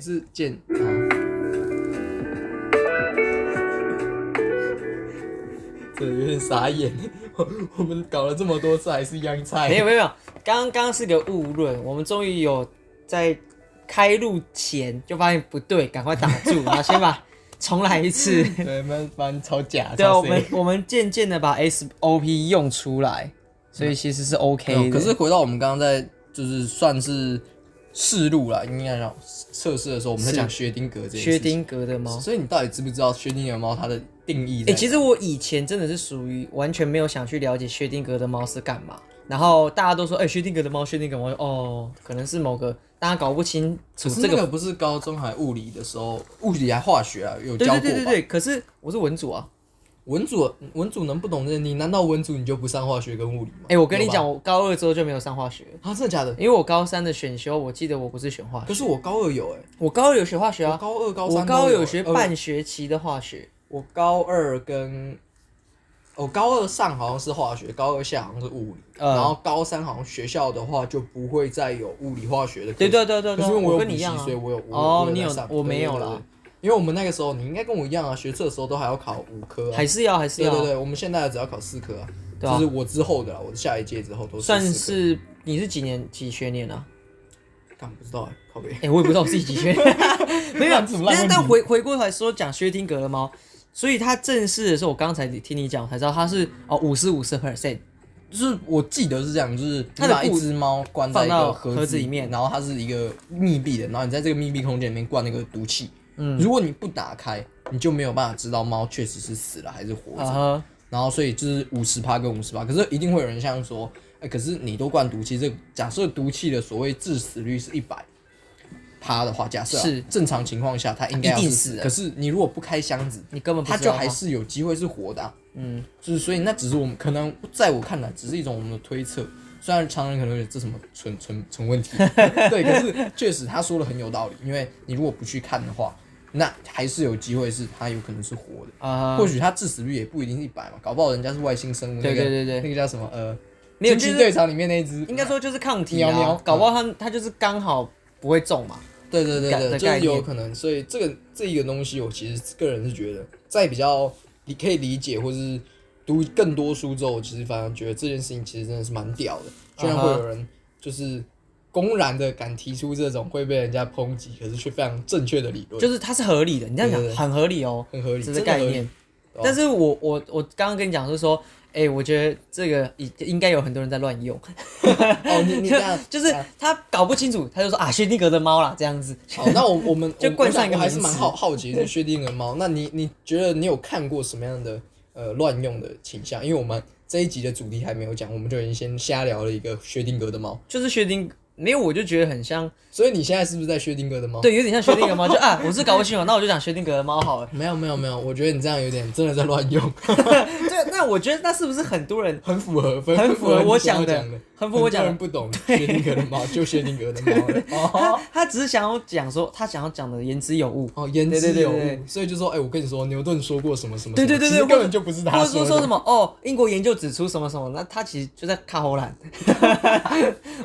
是健 啊，这有点傻眼。我我们搞了这么多次，还是一样菜。没有没有没有，刚刚是个误论，我们终于有在开录前就发现不对，赶快打住，然后先把 重来一 次。对，我们反正超假。对啊，超我们我们渐渐的把 SOP 用出来，所以其实嗯哦是 OK 没的。有可是回到我们刚刚在就是算是试录啦，应该讲测试的时候，我们在讲薛丁格这件事情薛丁格的猫，所以你到底知不知道薛定谔猫它的定义哎、在哪？其实我以前真的是属于完全没有想去了解薛定格的猫是干嘛。然后大家都说，哎、薛定格的猫，薛定格的猫，哦，可能是某个大家搞不清楚可是这那个。个不是高中还物理的时候，物理还化学啊有对教过对吧？对对对，可是我是文组啊，文组文组能不懂认定？难道文组你就不上化学跟物理吗？哎、我跟你有吧讲，我高二之后就没有上化学，啊，真的假的？因为我高三的选修，我记得我不是选化可学，是我高二有哎、我高二有学化学我啊，高二高我三高都二有有学呃半学期的化学，我高二跟我高二上好像是化学，高二下好像是物理，呃然后高三好像学校的话就不会再有物理化学的课。对对对对可对，是因为我我有跟补你一习样啊所以，我有我哦我你在有上我没对对有对啦对因为我们那个时候你应该跟我一样啊，学测的时候都还要考五科、啊，还是要还是对要，对对，我们现在只要考四科啊，对啊就是我之后的啦，我下一届之后都是算四科是你是几年几学年啊？干不知道哎、靠背 哎、我也不知道我自己几学年，没有烂死，烂问但是 但题回回过头来说讲薛定谔的猫，所以它正式的时候，我刚才听你讲，我才知道它是哦五十五十 percent，就是我记得是这样，就是它你的把一固只猫关在一放个到盒盒子里面然后它是一个密闭的，然后你在这个密闭空间里面灌那个毒气。嗯如果你不打开，你就没有办法知道猫确实是死了还是活着。啊哈，然后所以就是五十趴跟五十趴，可是一定会有人像说，哎、可是你都灌毒气，这假设毒气的所谓致死率是一百趴的话，假设啊、是正常情况下它应该要一定是死的可是你如果不开箱子，你哦根本不它知就道还吗是有机会是活的啊、嗯，就是所以那只是我们可能在我看来只是一种我们的推测，虽然常人可能有这什么纯纯纯问 题，对，可是确实他说的很有道理，因为你如果不去看的话，那还是有机会是它有可能是活的，啊、或许它致死率也不一定是一百嘛，搞不好人家是外星生物，那个对对对对那个叫什么呃，没有惊奇就是队长里面那一只，应该说就是抗体啊，喵喵搞不好它它就是刚好不会中嘛。对对对感对，的就概是有念可能，所以这个这一个东西，我其实个人是觉得，在比较你可以理解，或是读更多书之后，我其实反而觉得这件事情其实真的是蛮屌的，居然啊会哈有人就是公然的敢提出这种会被人家抨击，可是却非常正确的理论，就是它是合理的，你这样对对讲对很合理哦，很合理，这真是的概合理念。。对吧但是我我我刚刚跟你讲是说，哎、我觉得这个应应该有很多人在乱用，哦，你你这样 就是他搞不清楚，他就说啊，薛定谔的猫啦这样子。 好，哦那我我们就我冠我想上一个我还是名蛮词好好奇，就薛定谔猫。那你你觉得你有看过什么样的呃乱用的倾向？因为我们这一集的主题还没有讲，我们就已经先瞎聊了一个薛定谔的猫。就是薛定没有，我就觉得很像，所以你现在是不是在薛定谔的猫？，对，有点像薛定谔的猫，就 啊，我是搞不清楚，那我就讲薛定谔的猫好了。没有没有没有，我觉得你这样有点真的在乱用，对，那我觉得那是不是很多人很符合，很很符合你我想要讲的讲的，很符合我讲的很多人不懂薛定谔的猫，就薛定谔的猫 了。哦他他只是想要讲说他想要讲的言之有物，哦，言对对之对有对物，所以就说，哎，我跟你说，牛顿说过什么什么什么，对对对其对，实或根者本就不 是或他者说的说什么哦，英国研究指出什么什么，那他其实就在卡喉兰。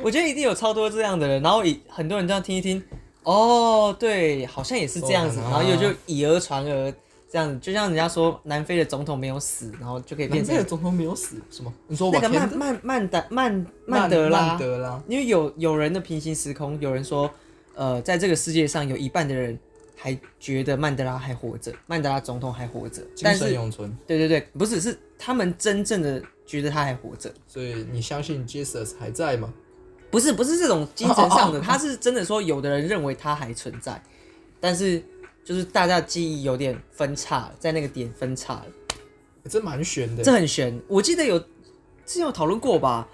我觉得一定有超多这样的人，然后以很多人这样听一听，哦，对，好像也是这样子，说然完啊后又就以讹传讹，这样子，就像人家说南非的总统没有死，然后就可以南变成非的哎总统没有死，什么？你说那个瓦坎曼曼曼达曼曼德拉，曼德拉，因为有有人的平行时空，有人说，呃，在这个世界上有一半的人还觉得曼德拉还活着，曼德拉总统还活着，精但神是永存。对对对，不是是他们真正的觉得他还活着，所以你相信 Jesus 还在吗？不是不是这种精神上的，他是真的说有的人认为他还存在，但是就是大家记忆有点分叉了，在那个点分叉了，这蛮悬的这，很悬。我记得有之前有讨论过吧，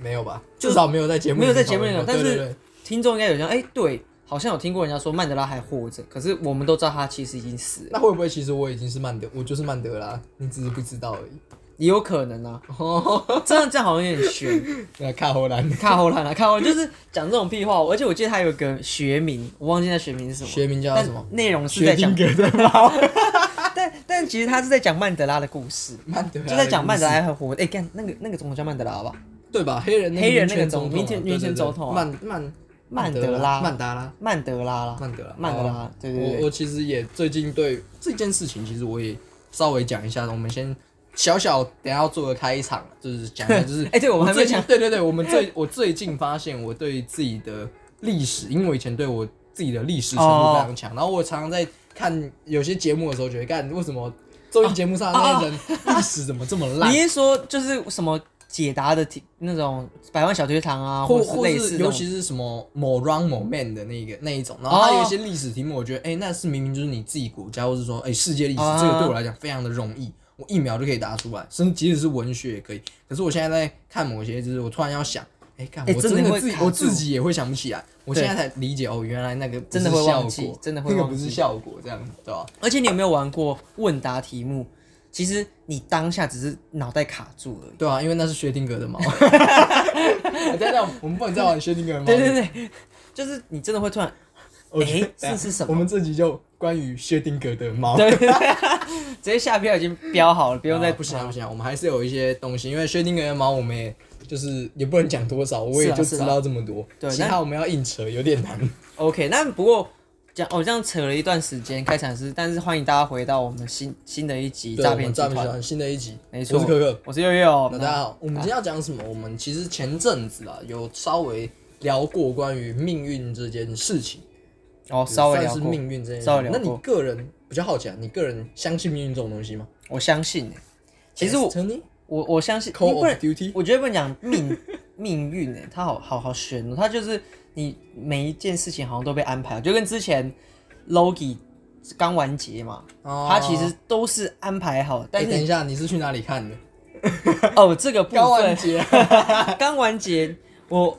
没有吧？就至少没有在节目里没有在讨论节目过里但是对对对听众应该有讲，哎、对，好像有听过人家说曼德拉还活着，可是我们都知道他其实已经死了。那会不会其实我已经是曼德，我就是曼德拉，你只是不知道而已。也有可能啊，真的这样好像有点悬。那看后 来看后来了，看后来就是讲这种屁话，而且我记得他有个学名，我忘记那学名是什么，学名叫它但什么？内容是薛在定讲，啊谔 的猫，但但其实他是在讲曼德拉的故事，曼德拉就在讲曼德拉拉还活。哎、看那个那个总统叫曼德拉吧？对吧？黑人黑人那民个权总总民权民民权总统啊曼曼曼德拉曼达拉，曼德拉啦，曼德拉，曼德拉，哦对对我对，我其实也最近对这件事情，其实我也稍微讲一下。我们先小小等一下要做个开场，就是讲一下，就是 哎对我们还没最近讲对对对，我们最我最近发现我对自己的历史，因为我以前对我自己的历史程度哦非常强，然后我常常在看有些节目的时候，觉得干为什么综艺节目上的那些哦人历史怎么这么烂你，是说就是什么解答的题那种百万小学堂啊，或者或类是似尤这种其是什么某 run 某 man 的那个那一种，然后它哦有一些历史题目，我觉得哎、诶那是明明就是你自己国家，或是说哎、诶世界历史，啊这个对我来讲非常的容易，我一秒就可以答出来，甚至即使是文学也可以。可是我现在在看某些，就是我突然要想，哎、看诶我真的的会自己卡我住自己也会想不起来，我对现在才理解哦，原来那个不真的是会效忘记果真的会那个忘不是记效果，这样子对吧？而且你有没有玩过问答题目？其实你当下只是脑袋卡住而已。对啊，因为那是薛定谔的猫。 等一下，我们不能再玩薛定谔的猫。对对对，就是你真的会突然，我觉得诶这是什么我们这集就关于薛定谔的猫。对，直接下标已经标好了，不不用再不行啊不行啊，我们还是有一些东西，因为薛定谔的猫，我们也就是也不能讲多少，我也就知道这么多。啊对其那他我们要硬扯有点 难。 OK，那不过讲哦，这样扯了一段时间开场是，但是欢迎大家回到我们新新的一集对诈我骗们集诈骗集团。团新的一集，没错我是可可。我是悠悠，那大家好，我们今天要讲什么？我们其实前阵子啊，有稍微聊过关于命运这件事情，哦，稍微算聊是过，命运这件事稍微情。聊那过你个人比较好奇啊，你个人相信命运这种东西吗？我相信欸、其实我 Destiny？我我相信， Call 你不 of 能， Duty 我觉得不能讲命 命运哎、它好好好悬哦，它就是你每一件事情好像都被安排了，就跟之前 Logi 刚完结嘛，哦它其实都是安排好，但哎，是等一你、下，你是去哪里看的？哦这个部高安分杰。刚完结，我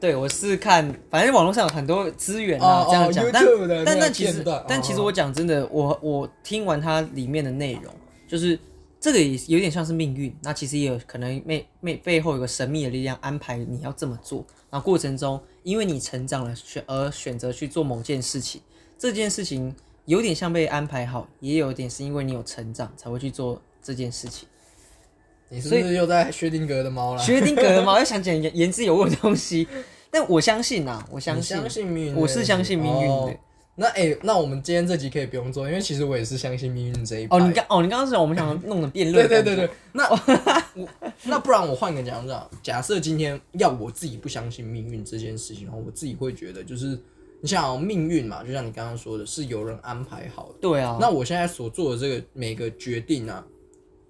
对我是看，反正网络上有很多资源哦，啊这样讲哦，但 YouTube 的那但但个其实片段但哦其实我讲真的，我我听完它里面的内容，就是这个也有点像是命运，那其实也有可能背背背后有个神秘的力量安排你要这么做，然后过程中因为你成长了选而选择去做某件事情，这件事情有点像被安排好，也有点是因为你有成长才会去做这件事情。你是不是又在薛定谔的猫啦？薛定谔的猫，要想讲言言之有物的东西， 但我相信啊，我相你信，相信命运，我是相信命运哦的。那哎、那我们今天这集可以不用做，因为其实我也是相信命运这一派。哦，你刚哦，你刚刚是我们想弄的辩论，对对对对，那我那不然我换个讲法，假设今天要我自己不相信命运这件事情的话，我自己会觉得就是你想、哦、命运嘛，就像你刚刚说的，是有人安排好的。对啊，那我现在所做的这个每个决定啊，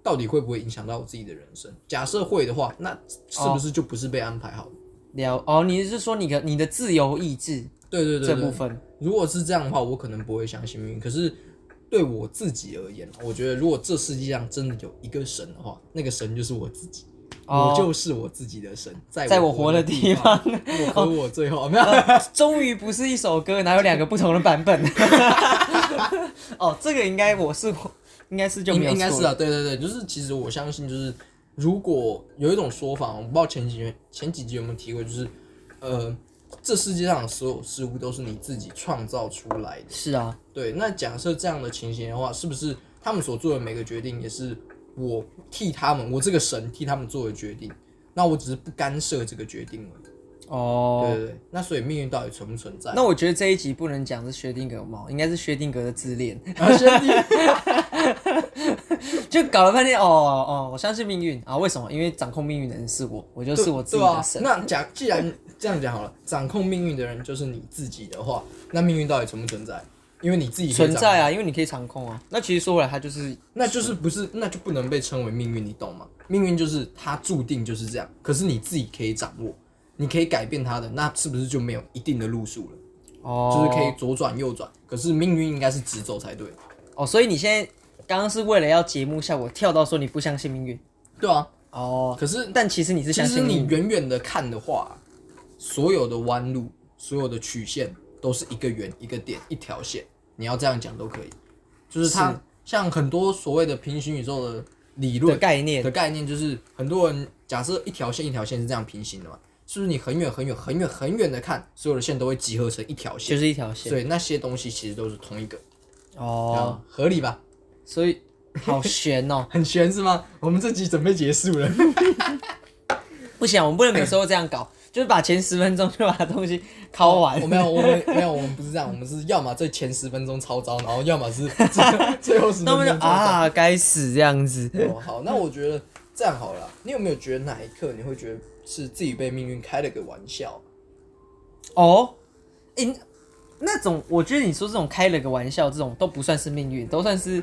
到底会不会影响到我自己的人生？假设会的话，那是不哦是就不是被安排好的？聊哦，你是说你的你的自由意志对对对这对部分如果是这样的话，我可能不会相信命运。可是对我自己而言，我觉得如果这世界上真的有一个神的话，那个神就是我自己，哦我就是我自己的神，在在我活活的地地方，我和我最后没 有。终于不是一首歌，哪有两个不同的 版本？哦，这个应该我是应该 是就应没有应该是错啊，对对对，就是其实我相信，就是如果有一种说法，我不知道前几集前几集有没有提过，就是呃，这世界上的所有事物都是你自己创造出来的。是啊，对，那假设这样的情形的话，是不是他们所做的每个决定也是我替他们，我这个神替他们做的决定？那我只是不干涉这个决定而已。对哦，对对，那所以命运到底存不存在？ 那我觉得这一集不能讲是薛定谔猫，应该是薛定谔的自恋。啊兄弟，就搞了半天，哦哦，我相信命运啊？为什么？因为掌控命运的人是我，我就是我自己对的啊神。。那假既然这样讲好了，掌控命运的人就是你自己的话，那命运到底存不存在？因为你自己可以存掌在啊，因为你可以掌控啊。那其实说回来，它就是那就是不是，那就不能被称为命运，你懂吗？命运就是它注定就是这样，可是你自己可以掌握，你可以改变它的，那是不是就没有一定的路数了？哦就是可以左转右转，可是命运应该是直走才对。哦。所以你现在刚刚是为了要节目效果跳到说你不相信命运对啊，哦，可是但其实你是其相实信命你运远远的看的话，所有的弯路、所有的曲线都是一个圆、一个点、一条线，你要这样讲都可以。就是它是像很多所谓的平行宇宙的理的论，概念的概念就是，很多人假设一条线一条线是这样平行的嘛，是不是你很远很远很远很远的看，所有的线都会集合成一条线？就是一条线所以那些东西其实都是同一个，这哦。样合理吧？，所以好悬哦 很 悬是吗？我们这集准备结束了，不行啊、我们不能每次都这样搞。就是把前十分钟就把东西敲完我。哦没有，我们没有，我们不是这样，我们是要么最前十分钟超招，然后要么是 最最后十分那钟我们就超招。啊，该死这样子。哦，好，那我觉得这样好了啦。你有没有觉得哪一刻你会觉得是自己被命运开了个玩笑？哦，诶、那种我觉得你说这种开了个玩笑，这种都不算是命运，都算是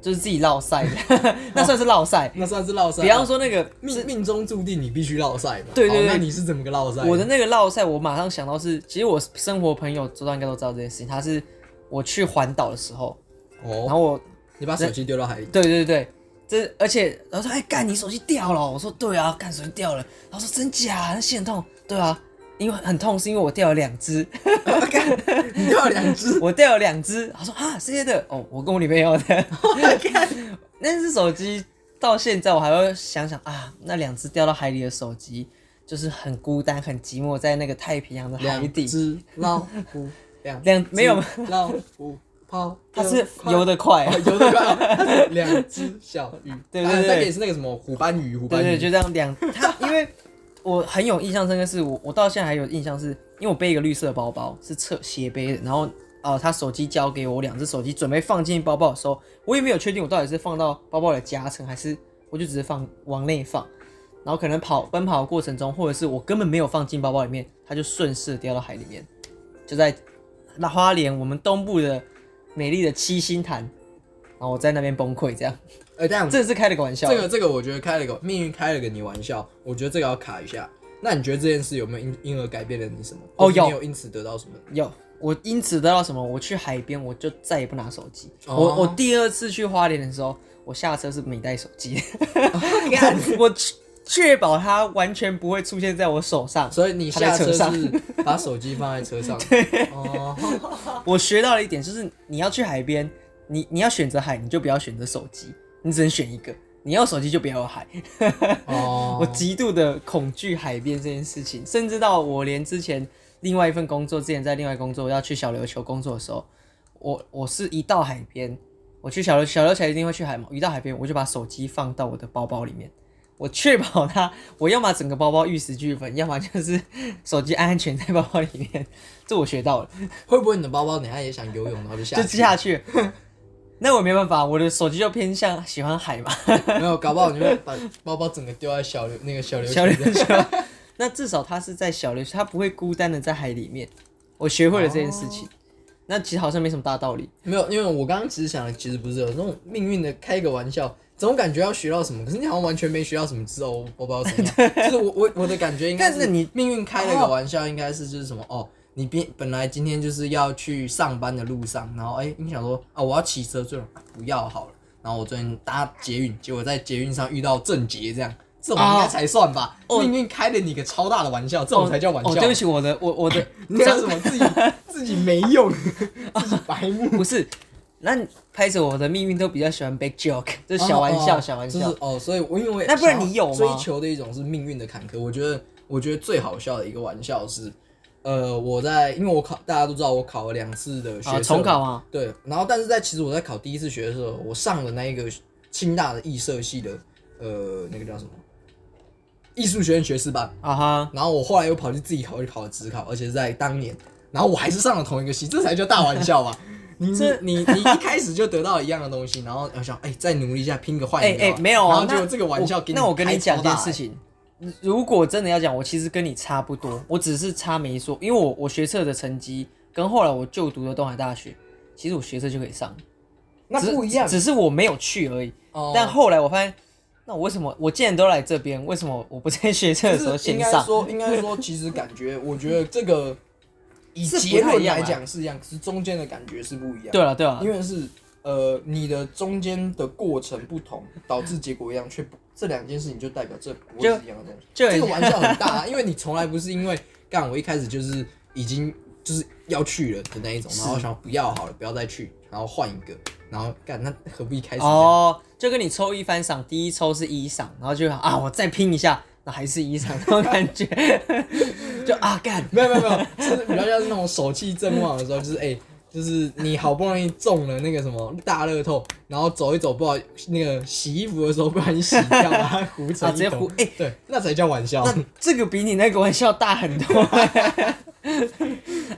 就是自己落赛的，那算是落赛。那算是落赛。比方说那个命命中注定你必须落赛嘛。对对好对那你是怎么个落赛？我的那个落赛，我马上想到是，其实我生活朋友周遭应该都知道这件事情，他是我去环岛的时候，然哦，后我你把手机丢到海里。对对对，这而且然后说，哎、干你手机掉了，我说对啊，干手机掉了，然后说真假，那心很痛，对啊，因为很痛是因为我掉了两只， 你掉了两只， 我掉了两只，他说啊谁的？哦，我跟我女朋友的。哦 那只手机到现在我还会想想啊，那两只掉到海里的手机，就是很孤单、很寂寞，在那个太平洋的海两底。只老虎，两两没有只老虎跑它得是快游得快，哦游得快，它是两只小鱼。对对啊对那个也是那个什么虎斑鱼，虎对斑对，鱼。就这样两。它因为我很有印象深刻，是我我到现在还有印象是，因为我背一个绿色的包包，是侧斜背的，然后。哦，他手机交给我，我两只手机准备放进包包的时候，我也没有确定我到底是放到包包的夹层，还是我就只是放往内放，然后可能跑奔跑的过程中，或者是我根本没有放进包包里面，它就顺势掉到海里面，就在那花莲我们东部的美丽的七星潭，然后我在那边崩溃，这样，哎，这样这是开了个玩笑，这个这个，我觉得开了个命运开了个你玩笑，我觉得这个要卡一下。那你觉得这件事有没有因因而改变了你什么？哦或是有你有因此得到什么？有，我因此得到什么？我去海边，我就再也不拿手机。哦我我第二次去花莲的时候，我下车是没带手机的，哦 我我确保它完全不会出现在我手上。所以你他在下车 车上是把手机放在车 上。哦，我学到了一点，就是你要去海边，你你要选择海，你就不要选择手机，你只能选一个。你要手机就不要有海。哦我极度的恐惧海边这件事情，甚至到我连之前另外一份工作，之前在另外工作要去小琉球工作的时候，我我是一到海边，我去小琉小琉球一定会去海嘛，一到海边我就把手机放到我的包包里面，我确保它， 我要么整个包包玉石俱焚，要么就是手机安安全在包包里面，这我学到了，会不会你的包包等一下也想游泳，然后就下就去？下去了。那我没办法，我的手机就偏向喜欢海嘛，没有，搞不好你会把包包整个丢在小流那个小流小琉球。那至少他是在小琉球，他不会孤单的在海里面。我学会了这件事哦情。那其实好像没什么大道理。没有，因为我刚刚其实想的其实不是有那种命运的开个玩笑，总感觉要学到什么，可是你好像完全没学到什么，知道我我不知道怎样。 就是我我我的感觉应该但是你命运开了个玩笑，应该是就是什么哦，你本本来今天就是要去上班的路上，然后哎、你想说啊我要骑车，最后啊不要好了。然后我昨天搭捷运，结果在捷运上遇到郑捷，这样这种应该才算吧？命运开了你个超大的玩笑，这种才叫玩笑。哦， 对不起，我的我我的你讲什么自己自己没用， 自己白目。不是。那拍着我的命运都比较喜欢 big joke，就是小玩哦笑，哦小玩就笑是。哦，所以我因为我也那不然想要你有吗追求的一种是命运的坎坷。我觉得，我觉得最好笑的一个玩笑是，呃，我在因为我考，大家都知道我考了两次的学啊，测重考啊，对，然后但是在其实我在考第一次学的时候，我上了那一个清大的艺社系的，呃，那个叫什么艺术学院学士班，啊哈，然后我后来又跑去自己考，去考了职考，而且是在当年，然后我还是上了同一个系，这才叫大玩笑 吧？你这你你一开始就得到一样的东西，然后想哎、再努力一下拼个换一哎个吧，哎，没有然后，啊结那果这个玩笑我给那我跟你你讲一件事，情，如果真的要讲，我其实跟你差不多，我只是差没说，因为我我学测的成绩跟后来我就读的东海大学，其实我学测就可以上，那只不一样。只是我没有去而已。哦但后来我发现，那我为什么我既然都来这边，为什么我不在学测的时候就是应先该上？说应该说，其实感觉我觉得这 个以是不结太论一样来啊讲是一样，可是中间的感觉是不一样。对啊了对了因，为是呃你的中间的过程不同，导致结果一样，却不这两件事情就代表这不会是一样的东西。就这个玩笑很大、啊，因为你从来不是因为干我一开始就是已经就是要去了的那一种，然后想不要好了，不要再去，然后换一个，然后干那何必一开始？哦，就跟你抽一番赏，第一抽是一赏，然后就啊我再拼一下，那还是一赏 那种感 觉，就啊干没有没有没有，就是比较像是那种手气正旺的时候，就是哎、就是你好不容易中了那个什么大乐透，然后走一走，不好那个洗衣服的时候不小心洗掉，把它糊成 啊，一直接坨胡哎、对，那才叫玩笑。那这个比你那个玩笑大很多。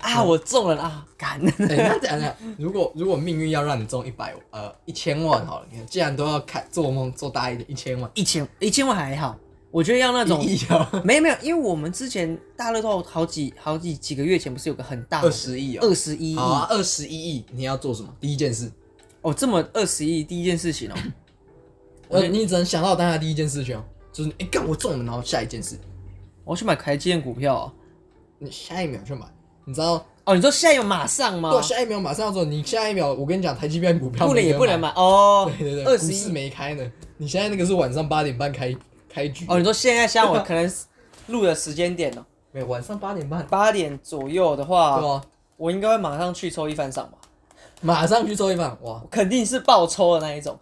啊，我中了啦！干，哎、那等一下，如果如果命运要让你中一百呃一千万好了，你看既然都要看做梦做大一点，一千万一千一千万还好，我觉得要那那种一亿哦，没有没有，因为我们之前大乐透好几好几几个月前不是有个很大的二十亿哦，二十一亿好啊，二十一亿，你要做什么？第一件事，哦，这么二十亿第一件事 情哦，我呃，你只能想到当下第一件事情哦，就是哎干、我中了，然后下一件事，我要去买台积电股票哦。你下一秒去买，你知道哦，你说现在有马上吗对，？啊下一秒马上要做，你下一秒我跟你讲，台积电股票不能没啊也得不能买哦买，对对对，，二股十市亿没开呢，你现在那个是晚上八点半开开局，哦，你说现 在像我可能录的时间点哦，没有晚上八点半，八点左右的对啊话，吧、我应该会马上去抽一番赏吧，马上去做一番，哇，肯定是爆抽的那一种。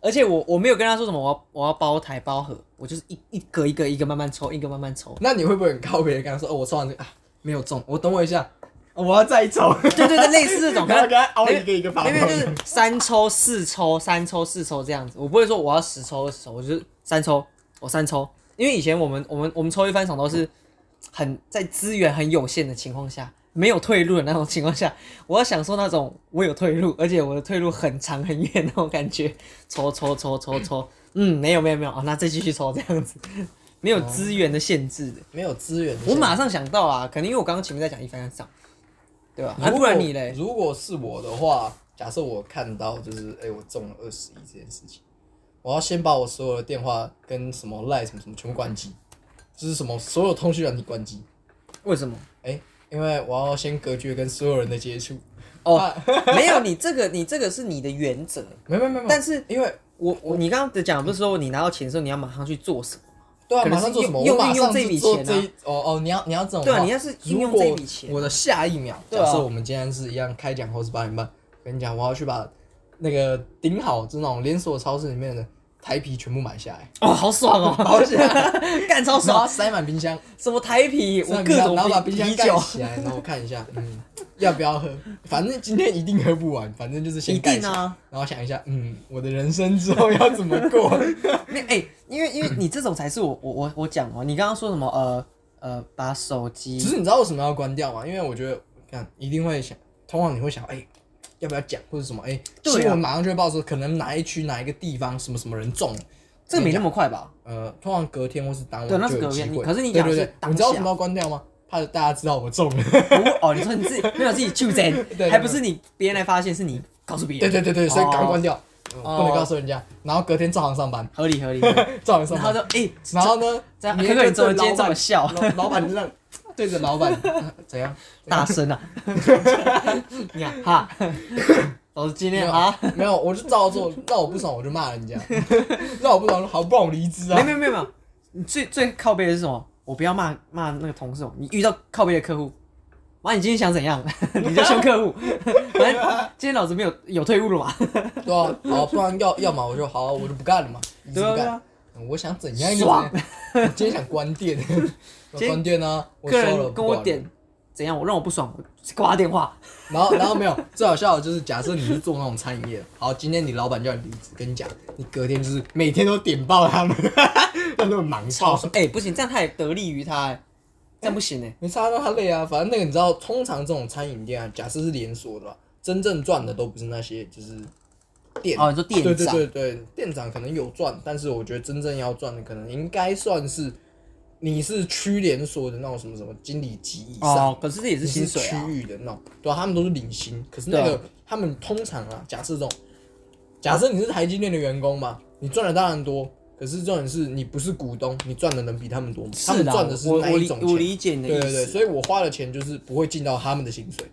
而且我我没有跟他说什么，我要我要包台包盒，我就是一一个一个一个慢慢抽，一个慢慢抽。那你会不会很靠别人跟他说，哦，我抽完这个啊没有中，我等我一下，哦我要再 抽，对对对，类似 这种，可然后能给他熬一个一个发因为就疯，是三抽四抽三抽四抽这样子，我不会说我要十抽二十抽，我就是三抽，我三抽。因为以前我们我们我们抽一番赏都是很在资源很有限的情况下，没有退路的那种情况下，我要享受那种我有退路，而且我的退路很长很远那种感觉，抽抽抽抽抽，嗯，没有没有没有，哦，那再继续抽这样子，没有资源的限制的。没有资源，我马上想到啊，可能因为我刚刚前面在讲一番赏，对吧？啊，如不果然你嘞？如果是我的话，假设我看到就是哎、我中了二十亿这件事情，我要先把我所有的电话跟什么赖什么什么全部关机，就是什么所有通讯软体关机，为什么？哎、因为我要先隔绝跟所有人的接触。哦啊， 没有，你这个你这个是你的原则，没有没有没有，但是因为我我你刚刚的讲不是说你拿到钱的时候你要马上去做什么？对啊，可能马是上做什么？用我马运用上这笔就做钱啊这一哦哦，你要你要这种对啊话你要是如运用果这笔钱我的下一秒，对啊假设我们今天是一样开奖后是八点半，跟你讲，我要去把那个顶好这种连锁超市里面的台啤全部买下来，哦，好爽 哦，好爽， 干超啊然后爽！塞满冰箱，什么台啤，塞我满各冰箱种然后把啤冰箱啤盖酒，起来，然后看一下，嗯，要不要喝？反正今天一定喝不完，反正就是一先盖定起来，啊！然后想一下，嗯，我的人生之后要怎么过？ 没有哎、因为因为你这种才是我我我我讲哦，你刚刚说什么呃呃，把手机只是你知道为什么要关掉吗？因为我觉得，看一定会想，通常你会想，哎、要不要讲或者什么？哎、对啊新闻马上就会报说，可能哪一区哪一个地方什么什么人中了。这个没那么快吧？呃，通常隔天或是当晚对那是就有隔天机会你可是你对讲对的对是当下你知道为什么要关掉吗？怕大家知道我中了。不哦，你说你自己没有自己就真 对对，还不是你别人来发现，是你告诉别对人，对对对，所以哦赶快关掉，不能哦告诉人家。然后隔天照常上班，合理 合理。合理照常上然后班。就哎，然后呢？这样，你可可就你怎么对今天这老么板笑？老老板就这样对着老板、啊怎样？大声啊！你看哈，老师今天啊，没有，我就照做，让我不爽我就骂人家，让我不爽好不让我离职啊没。没没有，你最最靠背的是什么？我不要骂骂那个同事哦，你遇到靠背的客户，妈，你今天想怎样？你就凶客户，反正今天老子没有有退路了嘛。对啊，好，不然要要么我就好啊，我就不干了嘛，一直对不啊对干。啊，嗯我想怎样？爽！我今天想关店，我关店啊，我收客了，人跟不我管了。点怎样，我让我不爽，我挂他电话。然后，然后没有，最好笑的就是，假设你是做那种餐饮业，好，今天你老板叫你离职，跟你讲，你隔天就是每天都点爆他们， 让他们忙好爆。，哎，不行，这样他也得利于他，哎这样不行哎。没差让他累啊，反正那个你知道，通常这种餐饮店啊，假设是连锁的吧，真正赚的都不是那些就是店哦，你说店对对长，对对，店长可能有赚，但是我觉得真正要赚的，可能应该算是你是区连锁的那种什么什么经理级以上，哦，可是这也你是薪水区啊。域的那种，对、啊，他们都是领薪。可是那对啊个、他们通常啊，假设这种，假设你是台积电的员工嘛，你赚的当然多，可是重点是你不是股东，你赚的能比他们多吗？他是们啦，赚的是我那我一理种我钱，理解你的对意对对，思。所以我花的钱就是不会进到他们的薪水。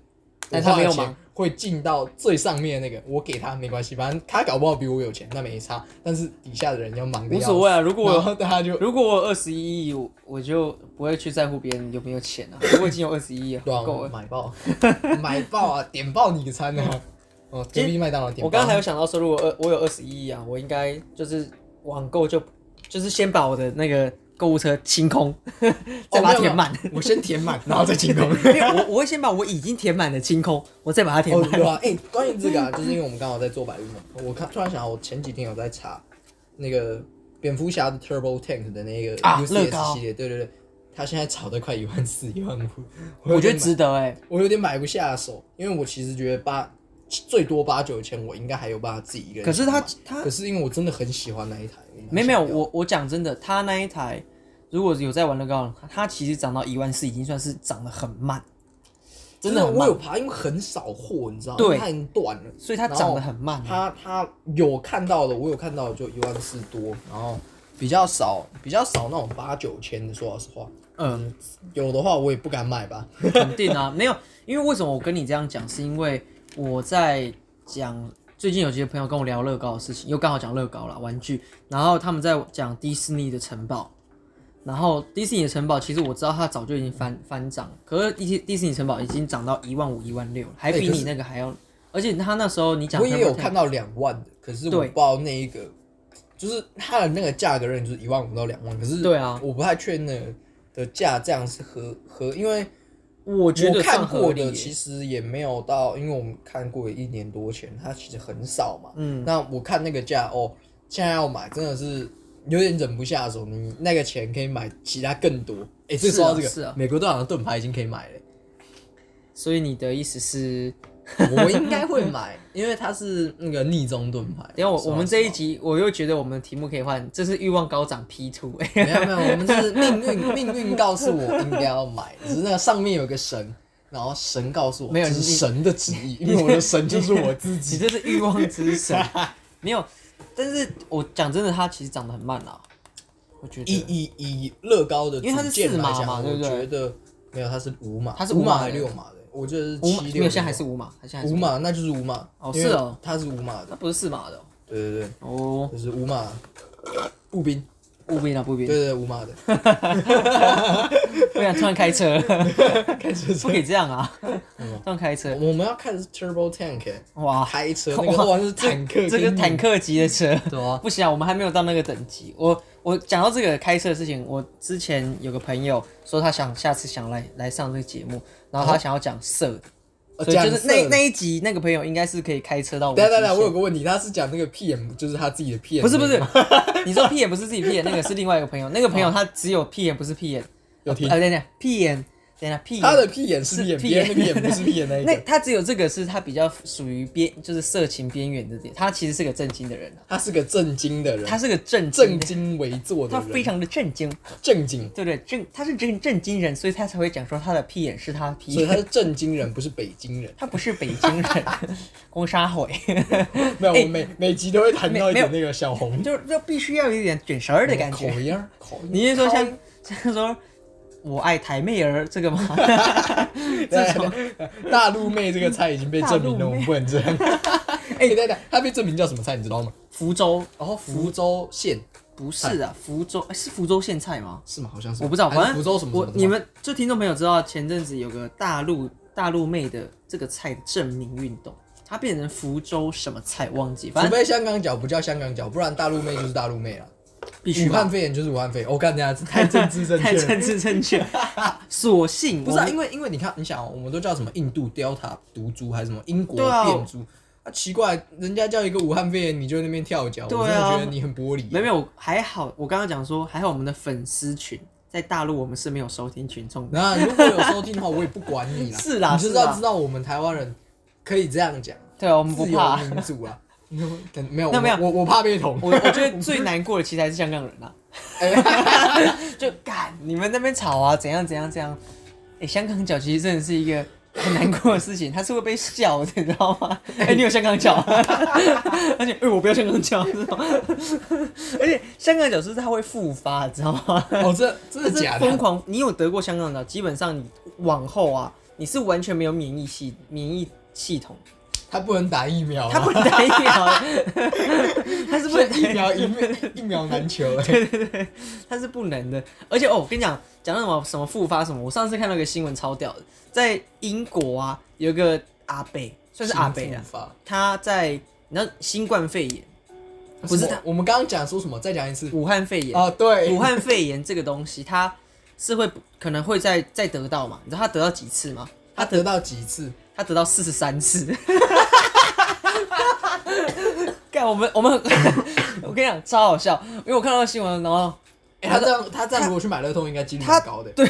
但我他花没的有钱吗会进到最上面的那个，我给他没关系，反正他搞不好比我有钱，那没差。但是底下的人要忙的要无死，所谓啊，如果我然有后他就 如果我有二十一亿，我我就不会去在乎别人有没有钱 啊。我已经有二十一亿了，对啊够了。买爆， 买爆啊，点爆你的餐啊！哦，隔壁麦当劳点爆。我刚刚还有想到说，如果二我有二十一亿啊，我应该就是网购就就是先把我的那个购物车清空， 再哦把没它有填满。没有我先填满，然后再进攻。没 有，我我会先把我已经填满的清空，我再把它填哦，满。对啊，哎、关于这个啊，就是因为我们刚好在做百日梦，我看突然想到，我前几天有在查那个蝙蝠侠的 Turbo Tank 的那个啊乐 UCS 高系列，对对对，它现在炒的快一万四、一万五，我有觉点买得值得哎、我有点买不下手，因为我其实觉得八最多八九千，我应该还有办法自己一个人。可是它它可是因为我真的很喜欢那一台，没有没有，我我讲真的，他那一台如果有在玩乐高，它其实涨到一万四已经算是涨得很慢，真的就是很我慢有，爬，因为很少货，你知道吗？对它已经断了，所以它涨得很慢啊。它它有看到的，我有看到的就一万四多，然后比较少比较少那种八九千的，说老实话，嗯，有的话我也不敢买吧。肯定啊，没有，因为为什么我跟你这样讲，是因为我在讲最近有几个朋友跟我聊乐高的事情，又刚好讲乐高啦，玩具，然后他们在讲迪士尼的城堡，然后迪士尼的城堡其实我知道它早就已经翻翻涨，可是迪士迪士尼城堡已经涨到一万五、一万六，还比对可你是那个还要，而且他那时候你讲我也有 Turbo Tank 看到两万的，可是我不对知道那一个，就是它的那个价格 range 就是一万五到两万，可是对啊我不太确定那个的价这样是合合，因为我觉得我看算合过理耶的其实也没有到，因为我们看过一年多前，它其实很少嘛。嗯，那我看那个价哦，现在要买真的是有点忍不下手，你那个钱可以买其他更多。哎、这是啊说到这个，是啊美国队长的盾牌已经可以买了。 所以你的意思是，我应该会买，因为它是那个逆中盾牌。等一下我说我们实这一话集我又觉得我们的题目可以换，这是欲望高涨 P two 哎、没有没有，我们是命运，命运告诉我应该要买，只是那个上面有个神，然后神告诉我，没有这是 你神的旨意，因为我的神就是我自你己。这是欲望之神， 没有。但是我讲真的，它其实长得很慢啦，我觉以得以以乐高的因为它是组件四码来讲嘛对我不对觉得没有，它是五码，它是五五码码还的是六码的？我觉得是五码七没六，有，现在还是五码，它现在还是五，码，那就是五码。哦因为是哦它是五码的，它不是四码的哦对对对，哦。就是五码步兵，不必了，不必对，对对五码的。不然突然开 车了，开车不可以这样啊！突然开车，我们要看的是 Turbo Tank，欸哇，开车那个哇，那是坦克，这个跟坦克级的车。对啊，不行啊，我们还没有到那个等级。我我讲到这个开车的事情，我之前有个朋友说他想下次想来来上这个节目，然后他想要讲色的，呃所以就是那那一集那个朋友应该是可以开车到我。等一下等一下，我有个问题，他是讲那个 PM，就是他自己的 PM，不是 不是，你说屁眼不是自己屁眼，那个是另外一个朋友，那个朋友他只有屁眼不是哦屁眼，有听啊，等一下屁眼，等一下屁眼，他的屁眼是是屁眼，别屁人的眼屁眼不是屁眼那一那个，他只有这个是他比较属于边就是色情边缘的点，他其实是个正经的人啊，他是个正经的人，他是个正经正的，襟危坐的他人，非常的正经，正经，对不对？正他是正正经人，所以他才会讲说他的屁眼是他的屁所以他眼，是正经人，不是北京 人。他不是北京 人，公杀会，没有，哎我每每集都会谈到一点那个小红 就是就必须要有一点卷舌儿的感口觉。音儿，口音儿。嗯你是说像像说我爱台妹儿这个吗？ 对对大陆妹这个菜已经被证明了，大陆我妹们不能这 样。 哎，等等，他被证明叫什么菜，你知道吗？哦福州然后福州县不是啊，福州诶是福州县菜吗？是吗？好像是，我不知道，还是反正福州什么我什么的吗你们就听众朋友知道，前阵子有个大陆大陆妹的这个菜的证明运动，它变成福州什么菜忘记，反除正非香港脚不叫香港脚，不然大陆妹就是大陆妹了。必须武汉 吧。肺炎就是武汉肺炎，我干这样子太政治正确 太了。政治正确，索性不是、啊，我们因为因为你看，你想、哦，我们都叫什么印度 Delta 毒株，还是什么英国对啊变株？啊，奇怪，人家叫一个武汉肺炎，你就在那边跳脚，对啊我真的觉得你很玻璃。啊没有没有还好，我刚刚讲说还好我们的粉丝群在大陆我们是没有收听群众的，那如果有收听的话，我也不管你啦。 是啦你就是要啦知道我们台湾人可以这样讲，对啊，我们不自由怕。民主 啊。没有，那我没有我我怕被捅。我我觉得最难过的其实还是香港人啊，哎就干你们那边吵啊，怎样怎样怎样。哎、香港脚其实真的是一个很难过的事情，它是会被笑的，你知道 吗？哎、你有香港脚， 而且哎、我不要香港脚，这种 而且香港脚是它会复发，你知道吗？ 哦，这真的这是假疯的？狂，你有得过香港脚，基本上你往后啊，你是完全没有免疫系免疫系统，他不能打疫苗啊， 它不能打疫 苗的，它是不能打疫苗一秒一秒难 求、欸。它是不能的。而且哦，我跟你讲，讲到什么什么复发什么，我上次看到一个新闻超屌的，在英国啊，有一个阿北，算是阿北新啊复，发他在你知道新冠肺炎，不是什么我们刚刚讲说什么？再讲一 次武汉肺炎。啊！对武，汉肺炎这个东西，它是会可能会再再得到嘛？你知道他得到几次吗？他得到几次？他得到四十三次。 干，我们我们， 我跟你讲超好笑，因为我看到新闻，然后哎，他这样他这样如果去买乐透，应该几率蛮高的。对，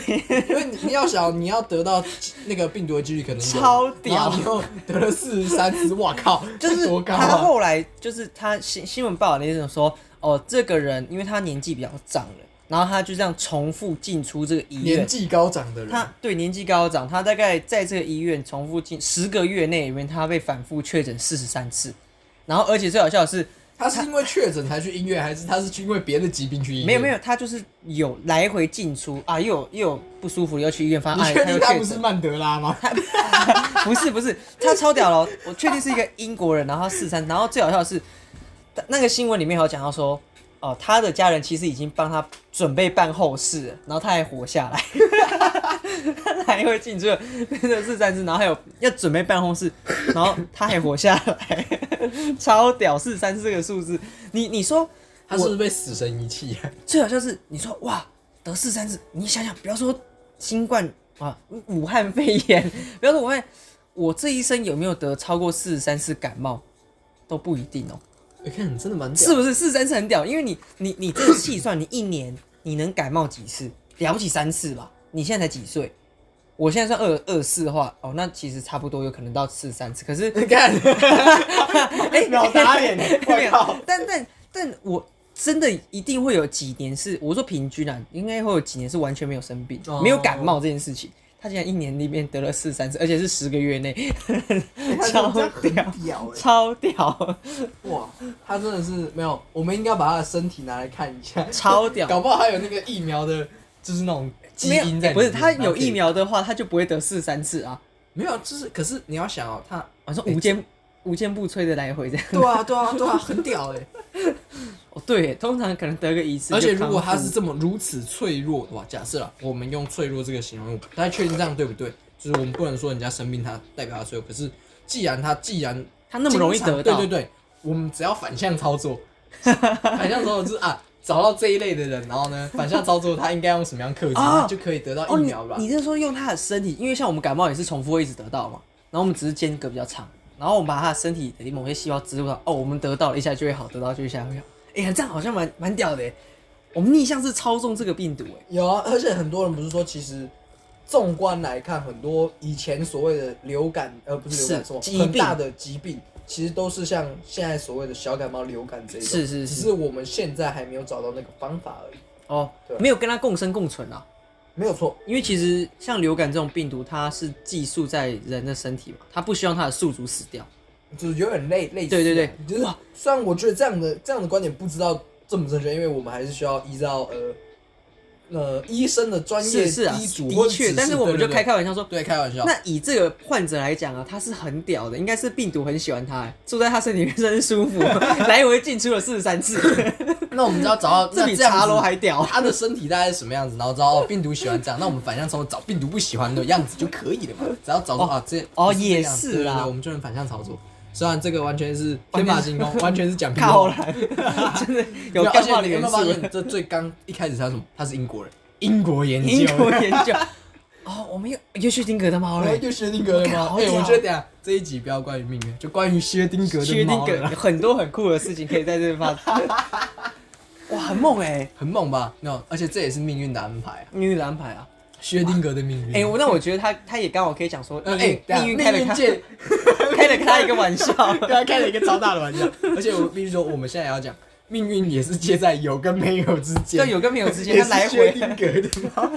因为你你要想你要得到那个病毒的几率可能有超屌然后你又得了四十三次，哇靠，就是多高他啊！后来就是他新新闻报道那种说，哦，这个人因为他年纪比较长了，然后他就这样重复进出这个医年院。纪高长的人，他对年纪高长，他大概在这个医院重复进十个月内里面，他被反复确诊四十三次。然后，而且最好笑的是，他是因为确诊才去医院，还是他是去因为别的疾病去医院？没有没有，他就是有来回进出啊，又有又有不舒服，又去医院，发现你哎，确他又定他确不是诊。曼德拉吗？不是不是，他超屌了，哦我确定是一个英国人，然后他四三，然后最好笑的是，那个新闻里面还有讲到说，哦，他的家人其实已经帮他准备办后事了，然后他还活下来， 他来回进出了四三次，然后还有要准备办后事，然后他还活下来，超屌，四三这个数字，你你说他是不是被死神遗弃 啊？最好笑是你说哇得四三次，你想想，不要说新冠啊，武汉肺炎，不要说武汉，我这一生有没有得超过四十三次感冒都不一定哦，你哎看你真的蛮屌是不是？四十三次很屌，因为你你你这个细算，你一年你能感冒几次？了不起三次吧？你现在才几岁？我现在算二二四的话，哦，那其实差不多有可能到四十三次。可是 你看， 哎，秒打脸！ 没我靠有，，但但但我真的一定会有几年是，我说平均啊，应该会有几年是完全没有生病，哦没有感冒这件事情。他竟然一年里面得了四三次，而且是十个月内， 超屌，屌哎！超屌，哇，他真的是没有，我们应该把他的身体拿来看一下，超屌搞不好还有那个疫苗的，就是那种基没有因在里面。不是他然后有可以疫，苗的话，他就不会得四三次啊。没有，就是可是你要想哦， 他我说无坚无坚不摧的来回这样。 对啊，对啊，对啊，很屌欸哎！哦，对耶，通常可能得个一次 就而康复。且如果他是这么如此脆弱的话，假设啦，我们用脆弱这个形容，我不太确定这样对不对，就是我们不能说人家生病他代表他脆弱，可是既然他既然他那么容易得对到，对对，我们只要反向操作，反向操作就是啊，找到这一类的人，然后呢，反向操作他应该用什么样克制， 啊他就可以得到哦，疫你苗吧？你这说用他的身体，因为像我们感冒也是重复会一直得到嘛，然后我们只是间隔比较长，然后我们把他的身体的某些细胞植入到，哦，我们得到了一下就会好，得到就一下会好。哎、呀，这样好像蛮蛮屌的耶，我们逆向是操纵这个病毒哎。有啊，而且很多人不是说，其实纵观来看，很多以前所谓的流感，呃，不是流感，是什么疾很病大的疾病，其实都是像现在所谓的小感冒、流感这一种，是是只是是我们现在还没有找到那个方法而已，哦对，啊没有跟它共生共存啊，没有错，因为其实像流感这种病毒，它是寄宿在人的身体嘛，它不希望它的宿主死掉。就是有点类类似啊，对对对就是哇虽然我觉得这样的这样的观点不知道正不正确，因为我们还是需要依照呃。呃，医生的专业是是啊医，嘱或者的指确，示但是我们对就对开开玩笑说，对开玩笑，那以这个患者来讲啊，他是很屌的，应该是病毒很喜欢他，住在他身体里面真是舒 服，来回进出了四十三 次，那我们只要找 到这那比这样茶子楼还屌。他的身体大概是什么样子，然后知道哦病毒喜欢这样，那我们反向操作找病毒不喜欢的样子就可以了嘛。只要找到、啊这不哦这也样子是对对对啦我们就能反向操作。虽然这个完全是天马行 空，完全是讲屁话靠了，真的有没而干且化的你有没有元素发。现这最刚一开始他是什么？他是英国人，英国研究，英国研究， 哦，我们又又薛定谔的猫然了后，就薛定谔的干猫。好哎、屌我觉得等一下这一集不要关于命运，就关于薛定谔薛的定猫谔了，有很多很酷的事情可以在这边发生。 哇，很猛哎、很猛吧？那、no, 而且这也是命运的安排啊，命运的安排啊！薛定谔的命运。哎、我那我觉得他他也刚好可以讲说，呃命哎运、等一下命运开了命 运他界开了他一个玩 笑， 对他开了一个超大的玩笑，而且我必须说，我们现在也要讲，命运也是介在有跟没有之间，就有跟没有之间，也他是来薛回定谔的吗？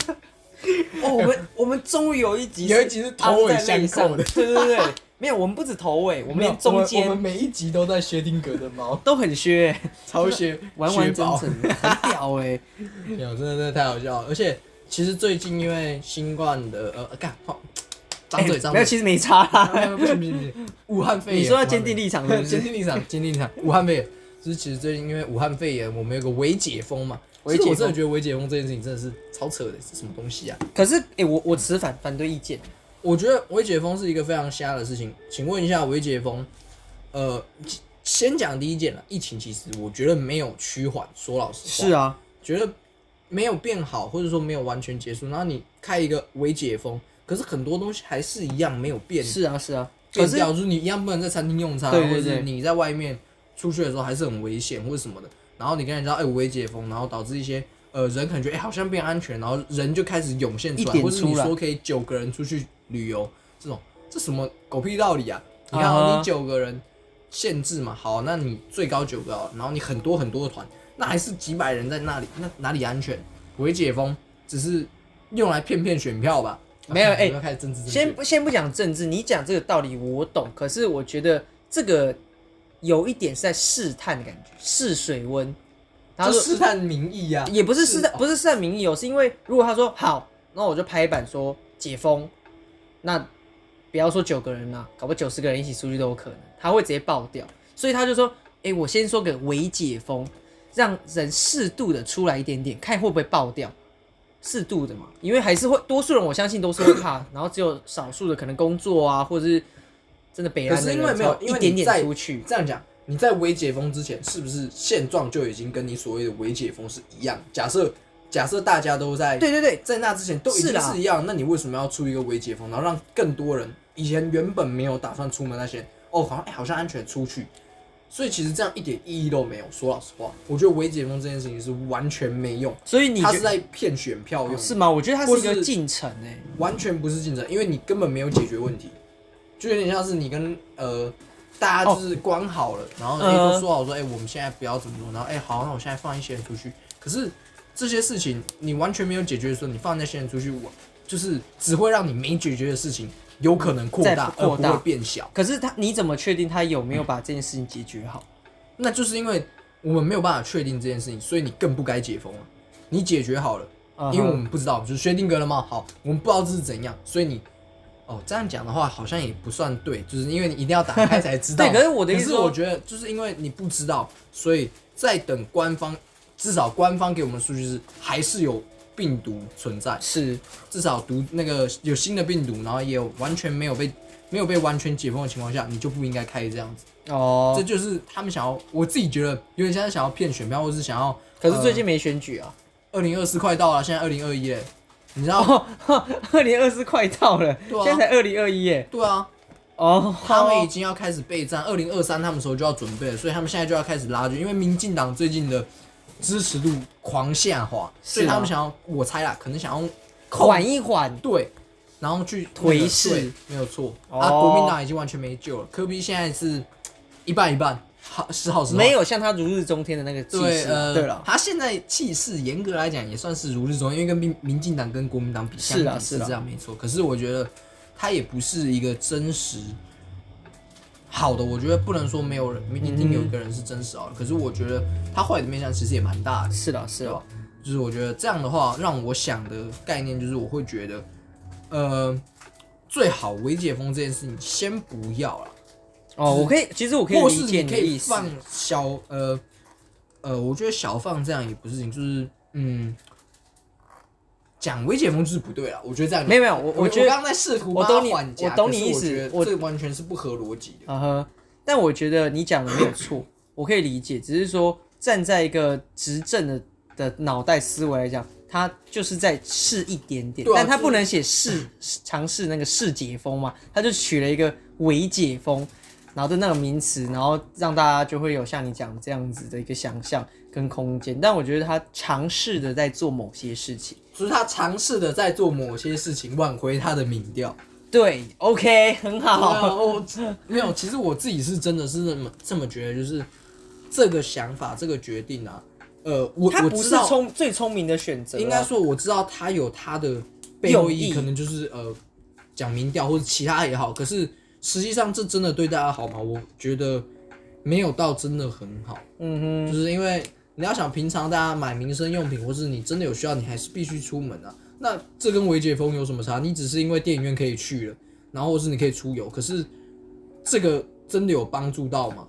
哦，我们我们终于有一集有一集是头尾相扣的安在内上对对对，没有，我们不止头尾，我们连中我们我间们每一集都在薛定谔的 猫，都很削，超薛，完完整薛整，很屌哎！宝，没有，真的真的太好笑了。而且其实最近因为新冠的呃，呃干，好 张嘴哎张没有，嘴， 其实没差啦。没有不行不行不行，武汉肺炎，你说要坚定立武场汉肺是炎 坚不是？定立场，坚定立场，武汉肺炎。就是其实最近因为武汉肺炎，我们有个微解封嘛，微其实我解封真的觉得微解封这件事情真的是超扯的，是什么东西啊？可是哎，我我持反反对意见，我觉得微解封是一个非常瞎的事情。请问一下，微解封，呃，其先讲第一件了，疫情其实我觉得没有趋缓，说老实话，是啊，觉得没有变好，或者说没有完全结束。然后你开一个微解封，可是很多东西还是一样没有变，是啊，是啊。嗯可变是掉就是你一样不能在餐厅用餐啊，对对或者是对你在外面出去的时候还是很危险或者什么的。然后你跟人家哎微解封，然后导致一些呃人感觉哎、好像变安全，然后人就开始涌现出一来，点或者你出来说可以九个人出去旅游，这种这什么狗屁道理啊！你看、啊哦哈你九个人限制嘛，好，那你最高九个哦，然后你很多很多的团，那还是几百人在那里，那哪里安全？微解封只是用来骗骗选票吧？没有啊哎不要开始政治正确先不先不讲政治，你讲这个道理我懂，可是我觉得这个有一点是在试探的感觉，试水温。然后就说试探民意啊呀、也不是试探，是不是试探民意哦，是因为如果他说好，那我就拍板说解封，那不要说九个人啦、搞不好九十个人一起出去都有可能，他会直接爆掉。所以他就说，哎、我先说个微解封，让人适度的出来一点点，看会不会爆掉。适度的嘛，因为还是会多数人，我相信都是会怕，然后只有少数的可能工作啊，或者是真的北可安的是因人为没有才，会因一为点你在点出去，这样讲，你在微解封之前，是不是现状就已经跟你所谓的微解封是一样？假设假设大家都在对对对，在那之前都已是经啦是一样，那你为什么要出一个微解封，然后让更多人以前原本没有打算出门那些，哦，好像、哎好像安全出去，所以其实这样一点意义都没有。说老实话，我觉得微解封这件事情是完全没用，所以你他觉是在骗选票用的。是吗？我觉得它或是一个是进程哎、完全不是竞争，因为你根本没有解决问题，就有点像是你跟呃大家就是关好了，然后嗯哎、都说好说哎、我们现在不要怎么做，然后哎、好，那我现在放一些人出去，可是这些事情你完全没有解决的时候，你放那些人出去，我就是只会让你没解决的事情有可能扩大，再扩大而不会变小。可是他你怎么确定他有没有把这件事情解决好？那就是因为我们没有办法确定这件事情，所以你更不该解封了。你解决好了。嗯哼因为我们不知道，就是薛定谔了嘛。好，我们不知道这是怎样，所以你，哦，这样讲的话好像也不算对，就是因为你一定要打开才知道。 对可是我的意思可说我觉得就是因为你不知道，所以在等官方，至少官方给我们的数据是还是有病毒存在，是至少毒那个有新的病毒，然后也有完全没有被没有被完全解封的情况下，你就不应该开这样子。这哦，就是他们想要，我自己觉得有点像是想要骗选票，或是想要。可是最近没选举啊， 二零二四快到了，现在二零二一嘞，你知道？哦二零二四快到了，对啊现在才二零二一耶，对啊，哦，他们已好经要开始备战，二零二三他们时候就要准备了，所以他们现在就要开始拉锯，因为民进党最近的支持度狂下滑，是啊所以他们想要，我猜啦，可能想要缓一缓，对，然后去颓对势，没有错。哦啊，国民党已经完全没救了，科比现在是一半一半，好是好是坏没。有像他如日中天的那个气对，势啊。呃，对了，他现在气势严格来讲也算是如日中天，因为跟民民进党跟国民党比，是相啊比是是啊这样没错。可是我觉得他也不是一个真实好的，我觉得不能说没有人，一定有一个人是真实好的。可是我觉得他坏的面相其实也蛮大的，是的，啊是对啊的吧，？就是我觉得这样的话，让我想的概念就是我会觉得，呃，最好微解封这件事情先不要了。哦，我可以，其实我可以或理是解你可的以意思，放小呃呃，我觉得小放这样也不是，就是嗯，讲微解封就是不对了。啊我觉得这样没有没有，我我觉得刚，刚在试图帮我他懂你缓夹我懂可你是意我思觉得我这完全是不合逻辑的。啊呵，但我觉得你讲的没有错，我可以理解，只是说站在一个执政的的脑袋思维来讲，他就是在试一点点，对啊但他就是不能写试试尝试那个试解封嘛，他就取了一个伪解封，然后的那个名词，然后让大家就会有像你讲这样子的一个想象跟空间。但我觉得他尝试的在做某些事情。就是他尝试的在做某些事情，挽回他的民 调。对，OK，很对啊好，我没有，其实我自己是真的是这么这么觉得，就是这个想法，这个决定啊，呃，我他我不知是道聪最聪明的选择啊，应该说我知道他有他的背后意用意义，可能就是呃讲民调或者其他也好，可是实际上这真的对大家好吗？我觉得没有到真的很好，嗯就哼。是因为你要想平常大家买民生用品，或是你真的有需要，你还是必须出门啊。那这跟微解封有什么差？你只是因为电影院可以去了，然后或是你可以出游，可是这个真的有帮助到吗？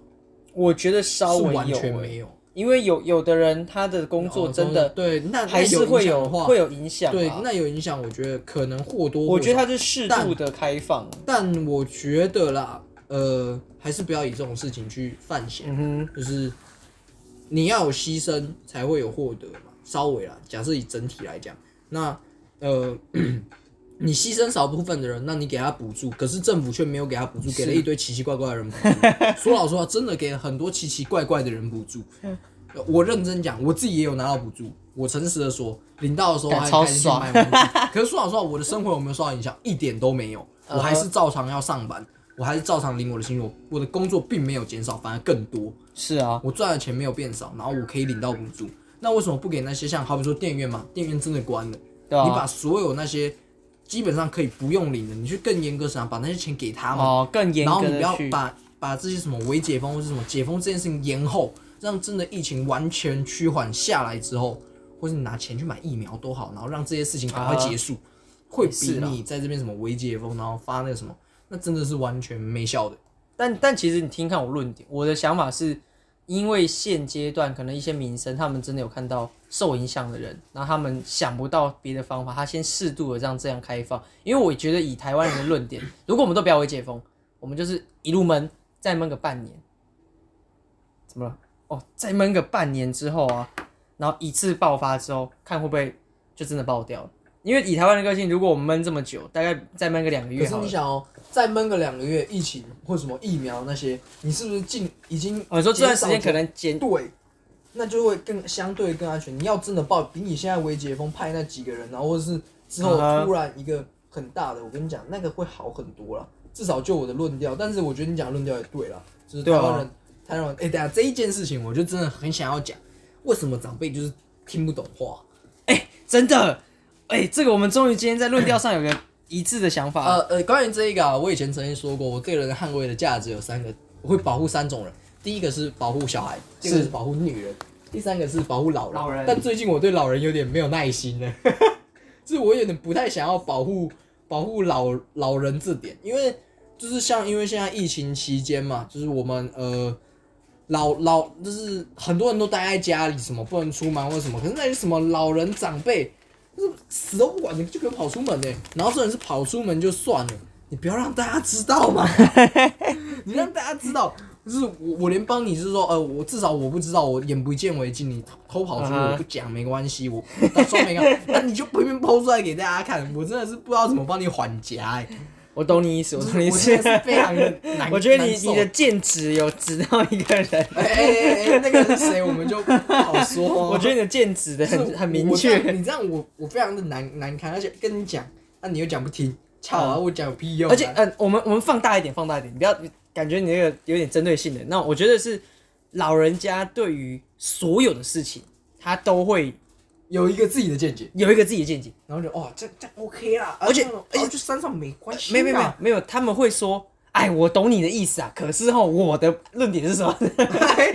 我觉得稍是微完有、全欸，没有。哦因为有有的人他的工作真的对，那那还是有影会响有的话会有影响、啊。对，那有影响，我觉得可能或多或少。我觉得他是适度的开放，但我觉得啦，呃，还是不要以这种事情去犯险。嗯哼，就是你要有牺牲才会有获得嘛，稍微啦。假设以整体来讲，那呃， 你牺牲少部分的人，那你给他补助，可是政府却没有给他补助，给了一堆奇奇怪怪的人补助。说老实话，真的给了很多奇奇怪怪的人补 助。嗯呃我认真讲，我自己也有拿到补助，我诚实的说，领到的时候干还超开心爽买玩具。可是说老实话，我的生活有没有受到影响？一点都没有，我还嗯是照常要上班，我还是照常领我的薪水，我的工作并没有减少，反而更多。是啊，我赚的钱没有变少，然后我可以领到补助。那为什么不给那些像好比说电影院嘛，电影院真的关了，对啊你把所有那些基本上可以不用领的，你去更严格审查，把那些钱给他们，哦，更严然后格你不的要去，把把这些什么微解封或是什么解封这件事情延后，让真的疫情完全趋缓下来之后，或是你拿钱去买疫苗都好，然后让这些事情赶快结束，会啊也是比啦你在这边什么微解封，然后发那个什么，那真的是完全没效的。但但其实你听看我论点，我的想法是，因为现阶段可能一些民生，他们真的有看到受影响的人，然后他们想不到别的方法，他先适度的让这样开放。因为我觉得以台湾人的论点，如果我们都不要为解封，我们就是一路闷，再闷个半年，怎么了？哦，再闷个半年之后啊，然后一次爆发之后，看会不会就真的爆掉了。因为以台湾的个性，如果我们闷这么久，大概再闷个两个可月是好你了。想哦，再闷个两个月，疫情或什么疫苗那些，你是不是进已经？呃我、哦、你说这段时间可能减对，那就会更相对更安全。你要真的报，比你现在微解封派那几个人，啊然后或者是之后嗯哼突然一个很大的，我跟你讲，那个会好很多啦。至少就我的论调，但是我觉得你讲的论调也对啦，就是对台啊湾人，台湾人，哎、等一下这一件事情，我就真的很想要讲，为什么长辈就是听不懂话？真的，哎、这个我们终于今天在论调上有个一致的想法。呃呃，关于这一个啊，我以前曾经说过，我这个人捍卫的价值有三个，我会保护三种人。第一个是保护小孩，第二个是是保护女人，第三个是保护老人。老人但最近我对老人有点没有耐心了， 就是我有点不太想要保护保护老老人这点，因为就是像因为现在疫情期间嘛，就是我们呃。老老就是很多人都待在家里，什么不能出门或什么，可是那些什么老人长辈，就是死都不管的，就给我跑出门呢、欸然后这人是跑出门就算了，你不要让大家知道 嘛，你让大家知道，就是我我连帮你就是说，呃，我至少我不知道，我眼不见为净，你偷跑出去嗯哼我不讲没关系，我到时候没 看，那你就偏偏抛出来给大家看，我真的是不知道怎么帮你缓夹 哎、我懂你意思，我懂你意我思真。的是非 常的难，我觉得你难受你的剑指有指到一个人，哎哎哎哎，那个是谁我们就不好说、 我觉得你的剑指的哦就是很很明我这样确，你这样我我非常的难难堪，而且跟你讲，那、你又讲不听，操啊！我讲有屁用啊、哦而且嗯，我们我们放大一点，放大一点，你不要感觉你那个有点针对性的。那我觉得是老人家对于所有的事情，他都会有一个自己的见解，有一个自己的见解。然后就哦，这这 OK 啦，啊而且这样而且哦就山上没关系啦，没 有没有没有没有，他们会说，哎，我懂你的意思啊，可是哈，我的论点是什么？ 哎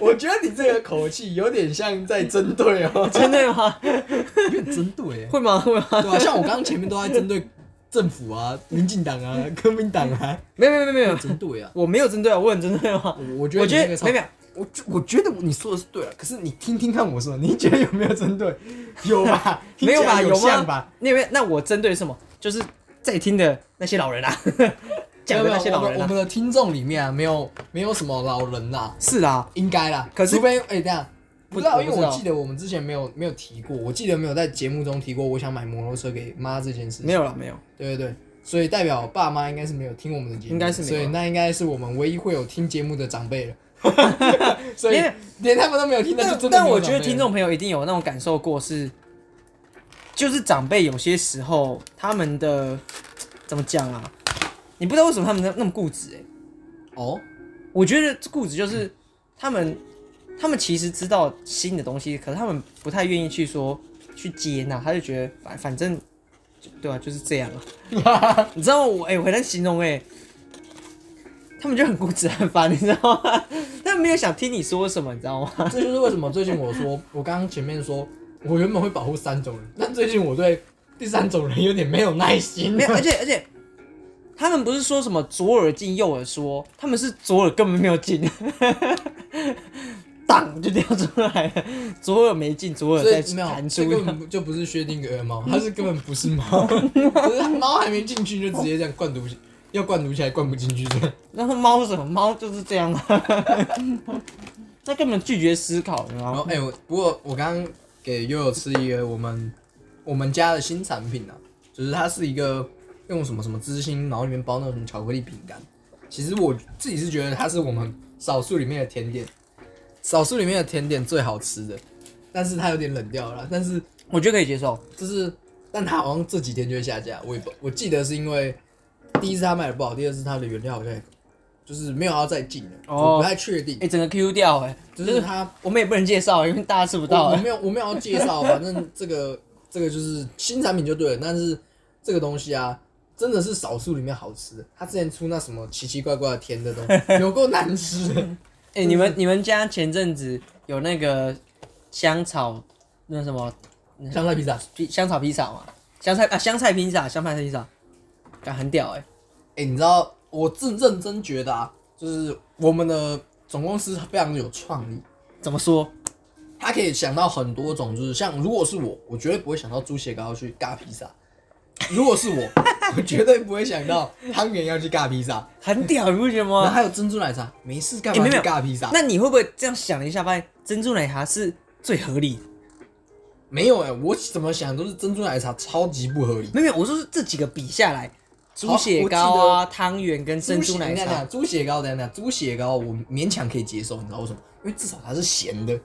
我觉得你这个口气有点像在针对 哦，真的吗？有点针对耶，会吗？会吗？ 对啊，像我刚刚前面都在针对政府啊、民进党 啊、国民党啊，没有没有没有没有，针对啊，我没有针对啊，我很针对吗？我我觉得我你觉那得个超没有没有，我觉我觉得你说的是对啊了，可是你听听看我说的，你觉得有没有针对？ 有吧？ 没有听吧？起来有吗？像吧？那边那我针对什么？就是在听的那些老人 啊，讲的那些老没有没有我们人我啊们，的听众里面啊，没有没有什么老人啦，是啊啦，应该啦。可是除非哎、等一下不不知道，我因不为知我道记得我们之前没有没有提过，我记得没有在节目中提过我想买摩托车给妈这件事情。没有了没有，对对对，所以代表爸妈应该是没有听我们的节目，应该是没有所以那应该是我们唯一会有听节目的长辈了。 所以没有连他们都没有听，那就但真的但没有我觉得长辈了听众朋友一定有那种感受过是，就是长辈有些时候他们的怎么讲啊？你不知道为什么他们那那么固执哎、哦，我觉得固执就是他们，他们其实知道新的东西，可是他们不太愿意去说去接纳，他就觉得反反正就对啊，就是这样 啊。你知道我哎、我很难形容哎、他们就很固执很烦，你知道吗？他们没有想听你说什么，你知道吗？ 这就是为什么最近我说，我刚刚前面说，我原本会保护三种人，但最近我对第三种人有点没有耐心了。 没有，而且而且。他们不是说什么左耳进右耳说，他们是左耳根本没有进， 当就掉出来了，左耳没进，左耳所在以没有，弹这出。根本不就 不是薛定谔的猫，它是根本不是猫，可是它猫还没进去就直接这样灌毒要灌毒起来灌不进去这样。那猫是什么？猫就是这 样啊，这根本拒绝思考，你知道然吗？后哎、我不过我刚刚给悠悠吃一个我们我们家的新产品啊，就是它是一个用什么什么芝心，然后里面包那种什么巧克力饼干。其实我自己是觉得它是我们少数里面的甜点，少数里面的甜点最好吃的，但是它有点冷掉了啦。但是我觉得可以接受，就是，但它好像这几天就会下架，我也不我记得是因为第一是它卖的不好，第二是它的原料好像也就是没有要再进了，哦我不太确定哎、。整个 Q 掉哎、就就是是它我们也不能介绍，因为大家吃不到我我哎、没有我没有要介绍，反正这个这个就是新产品就对了。但是这个东西啊，真的是少数里面好吃的。他之前出那什么奇奇怪怪的甜的东西，有够难吃的。哎、你们你们家前阵子有那个香草那什么香菜披萨，披香草披萨嘛？香菜啊，香菜披萨，香菜披萨，感很屌哎、哎、你知道我真认真觉得啊，就是我们的总公司非常的有创意，怎么说？他可以想到很多种，就是像如果是我，我绝对不会想到猪血糕要去尬披萨；如果是我，我绝对不会想到汤圆要去尬披萨。很屌，你不觉得然后吗？还有珍珠奶茶，没事干欸嘛没有去没有尬披萨？ 那你会不会这样想了一下，发现珍珠奶茶是最合理的？没有哎、我怎么想都是珍珠奶茶超级不合理。没有没有，我说是这几个比下来，猪血糕啊、汤圆跟珍珠奶猪血等一下茶，猪血糕，等一下等一下猪血糕我勉强可以接受，你知道为什么？因为至少它是咸的，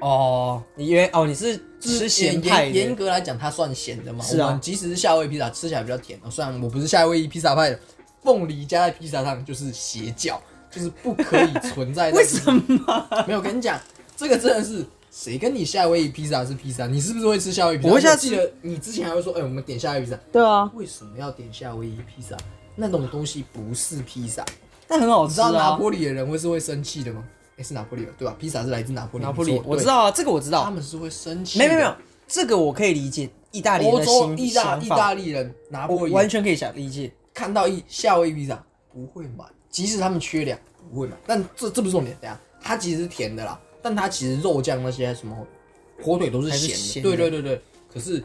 哦，你因为哦你是就是吃咸派严严的，格来讲，它算咸的嘛。是啊我们即使是夏威夷披萨，吃起来比较甜。哦虽然我不是夏威夷披萨派的，凤梨加在披萨上就是邪教，就是不可以存在在。为什么？没有，我跟你讲，这个真的是谁跟你夏威夷披萨是披萨？你是不是会吃夏威夷披萨？我会下次记得你之前还会说，哎、我们点夏威夷披萨。对啊，为什么要点夏威夷披萨？那种东西不是披啊萨。但很好你吃知道拿啊。坡里的人会是会生气的吗？哎、是拿坡里的对吧？披萨是来自拿坡里，拿破里没，错我知，对道啊，这个我知他道。们是会生气。没有没有没有，，这个我可以理解意大利人欧的洲心意大想意法，大利人拿我坡里完全可以想理解。看到一夏威夷披萨不会买，即使他们缺粮不会买，但这这不是重点。等一下，它其实是甜的啦，但它其实肉酱那些什么火腿都是还是咸的。咸的对对对对，可是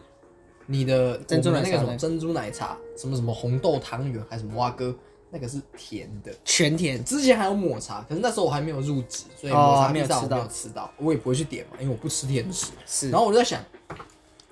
你的珍珠我奶茶们那个什么呢珍珠奶茶，什么什么红豆汤圆，还是什么蛙哥，那个是甜的。全甜，之前还有抹茶，可是那时候我还没有入职，所以抹茶披萨哦我没没有有吃吃到，我也不会去点嘛，因为我不吃甜食。是然后我就在想，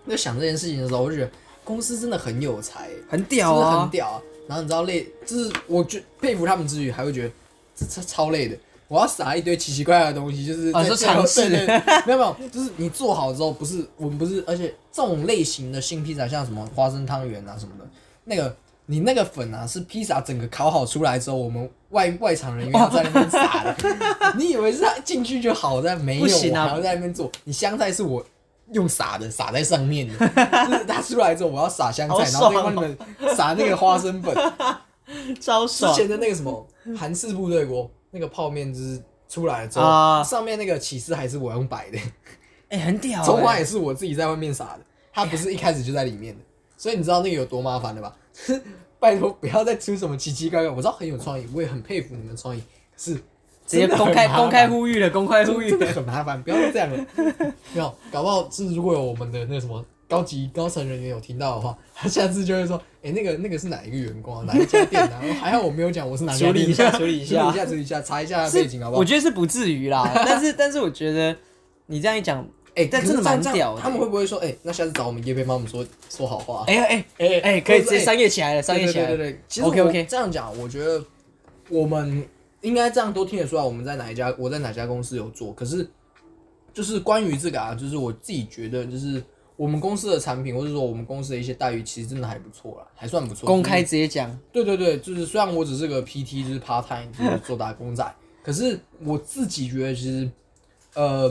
在想这件事情的时候，我就觉得公司真的很有才、欸，很屌真的很啊！屌啊。然后你知道累，就是我觉佩服他们之余，还会觉得这这超累的。我要撒一堆奇奇怪怪的东西，就是啊在说最后尝试对对对没有没有，就是你做好之后，不是我们不是，而且这种类型的新披萨，像什么花生汤圆啊什么的，那个你那个粉啊，是披萨整个烤好出来之后，我们外外场人员要在那边撒 的。你以为是他进去就好，但没有，不行啊我还要在那边做。你香菜是我用撒的，撒在上面的，就是它出来之后，我要撒香好菜，然爽后哦再帮你们撒那个花生粉。超之 爽，前的那个什么韩式部队锅，那个泡面就是出来了之后，啊上面那个起司还是我用摆的，哎，很屌欸。葱花也是我自己在外面撒的，它不是一开始就在里面的，所以你知道那个有多麻烦了吧？ 拜托不要再出什么奇奇怪怪，我知道很有创意，我也很佩服你们的创意，可是直接真的很公开麻烦公开呼吁了，公开呼吁真的。很麻烦，不要再这样了。 没有，搞不好是如果有我们的那个什么高级高层人员有听到的话，他下次就会说，哎、那个那个是哪一个员工啊，哪一家店啊？还好我没有讲我是哪家店， 处理一下处理一 下处理一下，处理一下，查一下他的背景好不好我？觉得是不至 于啦，但是但是我觉得你这样一讲，哎、但可是真的蛮这样屌的他们会不会说，哎、那下次找我们叶贝帮我们说说好话？哎哎哎哎哎，可以直或者接是商业起来了，商业起对来对了。对对，其实 OK，OK 我这样讲，我觉得我们应该这样都听得出来我们在哪一家，我在哪家公司有做。可是就是关于这个啊，就是我自己觉得，就是我们公司的产品，或者说我们公司的一些待遇，其实真的还不错啦，还算不错。公开直接讲，对对对，就是虽然我只是个 PT，就是 part time，就是做打工仔，可是我自己觉得其实，呃，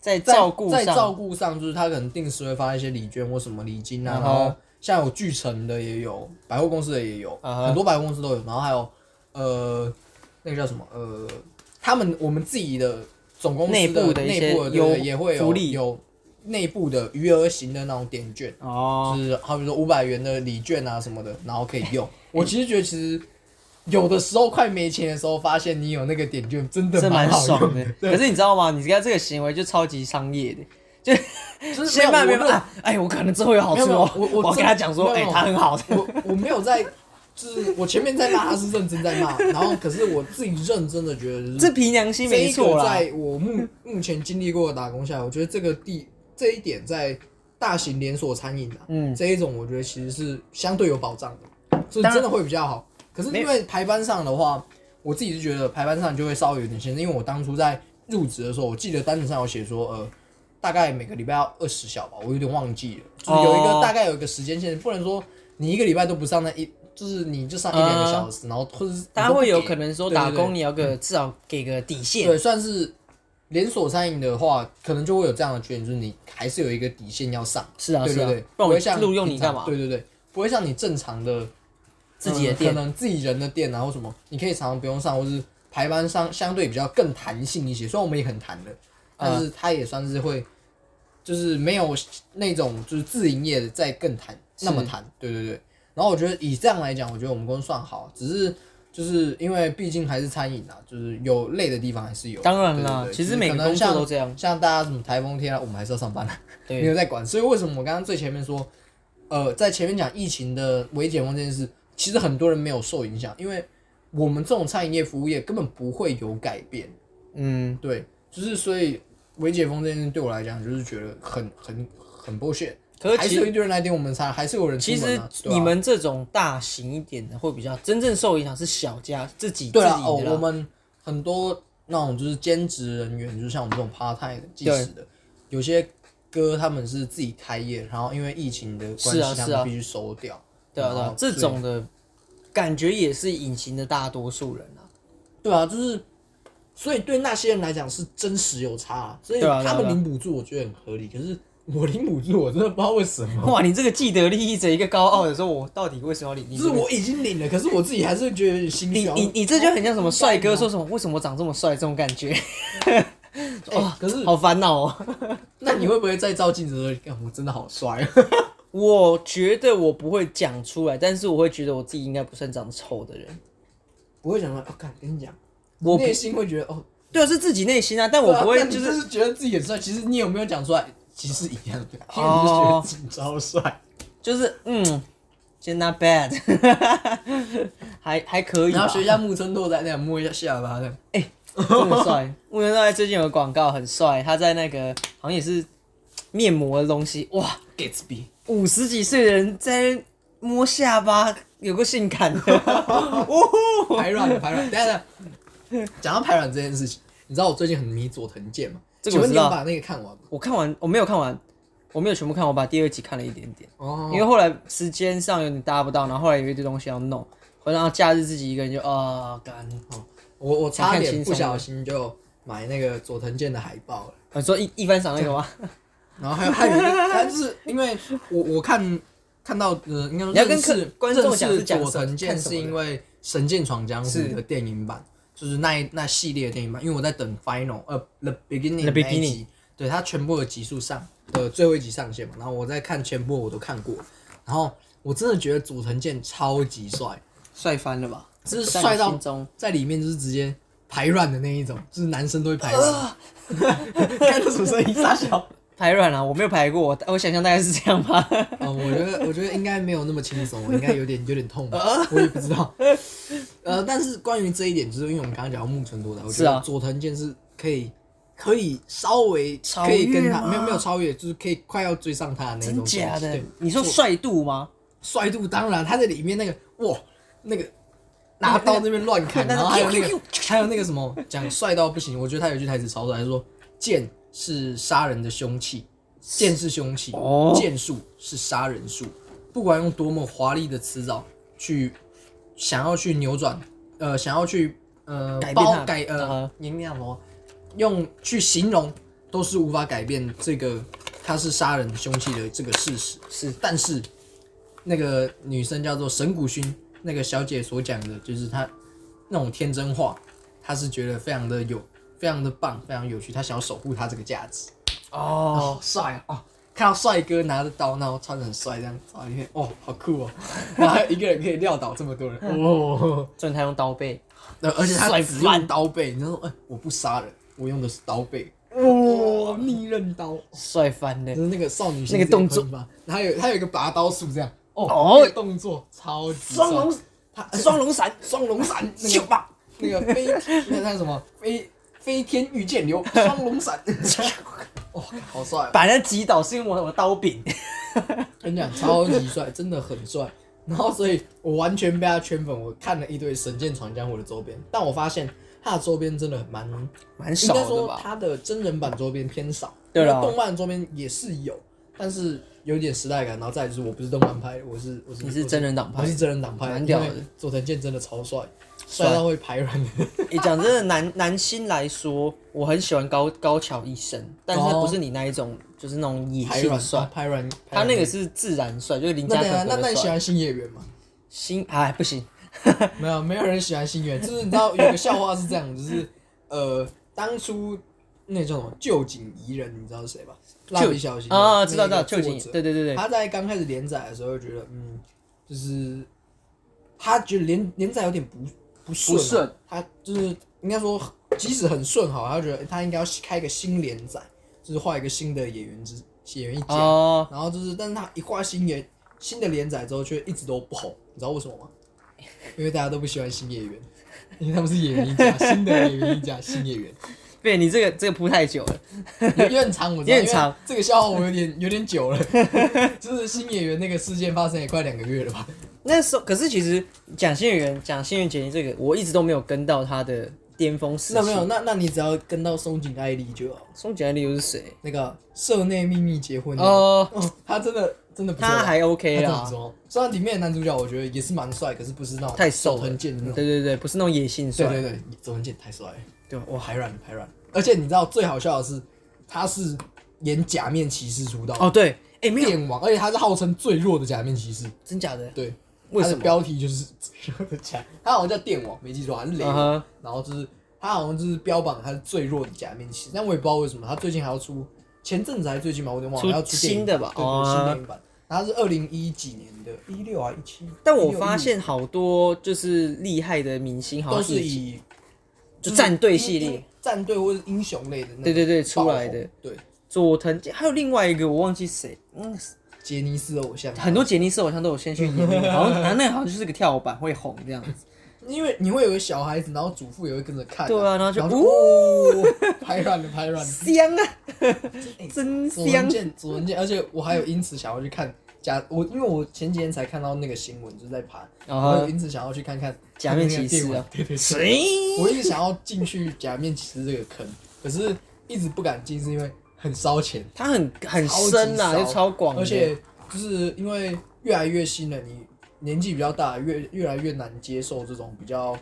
在在照顾在照上，顾上，就是他可能定时会发一些礼券或什么礼金啊，嗯然哼后像有巨城的也有，百货公司的也有，嗯哼很多百货公司都有，然后还有呃那个叫什么呃，他们我们自己的总公司内部的的一内些部的对对优也会有福利有内部的余额型的那种点券，哦，就是好比说五百元的礼券啊什么的，然后可以 用。我其实觉得其实。有的时候快没钱的时候，发现你有那个点券，真的这蛮好用爽的。可是你知道吗？你刚刚这个行为就超级商业的，就是先没有办我别没有办，哎，我可能之后有好处哦。没有没有我我我要跟他讲 说，没哎有，他很好吃。我我没有在就是我前面在骂他是认真在骂，然后可是我自己认真的觉得就是这凭良心没错啦。这一个在我目目前经历过的打工下来，我觉得这个地这一点在大型连锁餐饮啊，嗯，这一种我觉得其实是相对有保障的，所以当然真的会比较好。可是因为排班上的话，我自己是觉得排班上就会稍微有点限制，因为我当初在入职的时候，我记得单子上有写说，呃，大概每个礼拜要二十小吧，我有点忘记了，就是有一哦个大概有一个时间线，不能说你一个礼拜都不上那一，就是你就上一两个小时，然后或者是大家会有可能说对对打对嗯工你要个至少给个底线，对，算是连锁餐饮的话，可能就会有这样的缺点，就是你还是有一个底线要上。是啊对是对啊对，，不不会像然我录用你平常干嘛？对对对，不会像你正常的自己的嗯店可能自己人的店啊或什么，你可以常常不用上，或是排班上相对比较更弹性一些。虽然我们也很弹的，但嗯是它也算是会，就是没有那种就是自营业的再更弹是那么弹。对对对。然后我觉得以这样来讲，我觉得我们公司算好，只是。就是因为毕竟还是餐饮啊，就是有累的地方还是有。当然对对啦对，其就是实每可个能工作像都这样。像大家什么台风天啊，我们还是要上班啊，对没有在管。所以为什么我刚刚最前面说，呃，在前面讲疫情的微解封这件事，其实很多人没有受影响，因为我们这种餐饮业、服务业根本不会有改变。嗯，对，就是所以微解封这件事对我来讲，就是觉得很很很 bullshit。可是还其是有一堆人来点我们餐，还是有人出其门实啊对啊你们这种大型一点的会比较，真正受影响是小家自己自对己啊，哦，的我啦。们很多那种就是兼职人员，就是像我们这种 part time 的技师的，有些哥他们是自己开业，然后因为疫情的关是系，啊他是啊们必须收掉。对啊，然对啊后，这所以种的感觉也是隐形的大多数人啊。对啊，就是所以对那些人来讲是真实有差、啊，所以对啊对他啊们对啊领补助我觉得很合理，可是我领补助我真的不知道为什么。哇，你这个既得利益者一个高傲的说，我到底为什么要理就你这是个？我已经领了，可是我自己还是觉得有点心你虚啊。 你你这就很像什么帅哥说，说什么为什么我长这么帅这种感觉，哦，可是 好烦恼哦。那你会不会在照镜子的时候，干我真的好帅 啊？我觉得我不会讲出来，但是我会觉得我自己应该不算长得丑的人。不会想说，哦，干跟你讲，我不内心会觉得哦，对，是自己内心啊，但我不对会啊那你就是是觉得自己很帅，其实你有没有讲出来，其实一样 的，因为你就觉哦得自己超帅。就是嗯，就 not bad，还还可 以然吧后，学一下木村拓哉那样摸一下下巴的，这 么帅。木村拓哉最近有个广告很帅，他在那个好像也是面膜的东西，哇， Gatsby，五十几岁的人在那摸下巴，有个性感的， 哦，排卵排卵，等一下等一下，讲到排卵这件事情，你知道我最近很迷佐藤健吗？这个请我问你知有道把那个看完吗？我看完我没有看完，我没有全部看，我把第二集看了一点点，哦因为后来时间上有点搭不到，然后后来有一堆东西要弄，然后假日自己一个人就啊干，我我差想看点轻松不的小心就买那个佐藤健的海报了。你呃说一一番赏那个吗？然后还有还有一个，但是因为我我看看到呃，应该说你要跟认识客观众认识讲是讲佐什么藤健看什么是的因为《神剑闯江湖》的电影版，就是那一那系列的电影版，因为我在等 Final 呃 The Beginning The 那一 Beginning 集，对它全部的集数上的最后一集上线嘛，然后我在看全部我都看过，然后我真的觉得佐藤健超级帅，帅翻了吧？就是在你帅到心中在里面就是直接排卵的那一种，就是男生都会排 卵，看这什么声音傻笑。排卵啊，我没有排过，我我想象大概是这样吧。 哦，我觉得我觉得应该没有那么轻松，应该有点有点痛吧，哦我也不知道。呃，但是关于这一点，就是因为我们刚刚讲到木村拓哉，我觉是啊得佐藤健是可以可以稍微超可以跟越他吗没有没有超越，就是可以快要追上他的那种真东西。假的对？你说就帅度吗？帅度，当然他在里面那个哇那个。拿刀那边乱砍，那然个后还有那咻咻个，还有那个什么，讲帅到不行。我觉得他有一句台词超帅，他说：“剑是杀人的凶器，剑是凶器，哦剑术是杀人术。不管用多么华丽的辞藻去想要去扭转，呃，想要去呃改变包它改呃呃，您那什么，用去形容都是无法改变这个他是杀人凶器的这个事实。是但是那个女生叫做神谷薰，那个小姐所讲的，就是她那种天真话，她是觉得非常的有，非常的棒，非常有趣，她想要守护她这个价值。哦，好帅啊！哦，看到帅哥拿着刀，然后穿得很帅，这样走在里面，哦，好酷哦！ 然后还有一个人可以撂倒这么多人，哦，真的他用刀背，那而且他嗯帅只翻用刀背，你知道说，哎、我不杀人，我用的是刀背，哦，逆刃刀，帅翻了就。是那个少女心那个动作吧，然后还有他有一个拔刀术这样，哦，哦那个动作超级帅双龙他呃双龙闪，双龙闪，那咻个吧！那个飞那那什么飞飞天御剑流，双龙 闪，哇，好帅哦！把人家击倒是因为我我的刀柄，跟你讲，超级帅，真的很帅。然后，所以我完全被他圈粉。我看了一堆《神剑闯江湖》的周边，但我发现他的周边真的蛮蛮应少该的说吧？他的真人版周边偏少，对啊啦因为动漫周边也是有，但是有点时代感。然后再来就是我不是动漫派的，我是我是你是真人党我派是，真人党派，蛮屌的因为佐藤健真的超帅，帅到会排卵的。你讲真的，男男星来说，我很喜欢高高桥医生，但是他哦不是你那一种，就是那种野排性卵帅，排卵，他那个排卵是自然帅，就是林那家等一下可那那的你喜帅。欢新演员吗？星哎不行，没有，没有人喜欢新演员，就是你知道有个笑话是这样，就是呃，当初那叫什么旧井宜人，你知道是谁吧？蜡笔小新的啊，知道知那道，个旧景作者对对对对，他在刚开始连载的时候，觉得嗯，就是他觉得连连载有点不不顺、啊，不顺他就是应该说，即使很顺好，他觉得诶哎他应该要开一个新连载，就是画一个新的演员之演员一家，哦，然后就是，但是他一画新演新的连载之后，却一直都不红，你知道为什么吗？因为大家都不喜欢新演员，因为他们是演员一家，新的演员一家，新演员。对你这个这个铺太久了，有有很长，我知道，有点长因为这个笑话我有点有点久了，就是新演员那个事件发生也快两个月了吧？那时候可是其实讲新人讲新人姐姐这个，我一直都没有跟到他的巅峰时 期。那没有，那那你只要跟到松井爱莉就好，松井爱莉又是谁？那个社内秘密结婚的哦，哦，他真的真的不错，啊他还 OK 他真的不啦，错。虽然里面的男主角我觉得也是蛮帅，可是不是那种太瘦了，很健的那对种。对对，不是那种野性对帅，对对，佐藤健太帅了，对我哇，排卵排卵，而且你知道最好笑的是，他是演假面骑士出道，哦对，哎没有，电王，而且他是号称最弱的假面骑士，真假的？对，为它什的么？标题就是“假”，他好像叫电网，没记错，还是 雷网。嗯哼然后就是他好像就是标榜他是最弱的假面骑士，但我也不知道为什么他最近还要出，前阵子还是最近嘛，我有点忘了，出还要出电影新的吧对哦对，啊新电影版。然后它是二零一几年的，一六啊一七。但我发现好多就是厉害的明星，好都像是以嗯就战队系英列英，战队或者是英雄类的那种对对对出来的爆红，对佐藤健，还有另外一个我忘记谁，嗯，杰尼斯偶像很多杰尼斯偶像都有先去演那 个，好像啊那个好像就是个跳板会红这样子。因为你会有个小孩子，然后祖父也会跟着看、对啊然后就然呜，排卵了，排卵了。香啊，真佐文 香！健，佐文健，而且我还有因此想要去看假我，因为我前几天才看到那个新闻，就是在爬，然我有后因此想要去看看啊假面骑士啊，对对对，哦谁？我一直想要进去假面骑士这个坑，可是一直不敢进，是因为很烧钱，他很很深啊，超级就骚超广的，而且就是因为越来越新了，你年纪比较大，越越来越难接受这种比较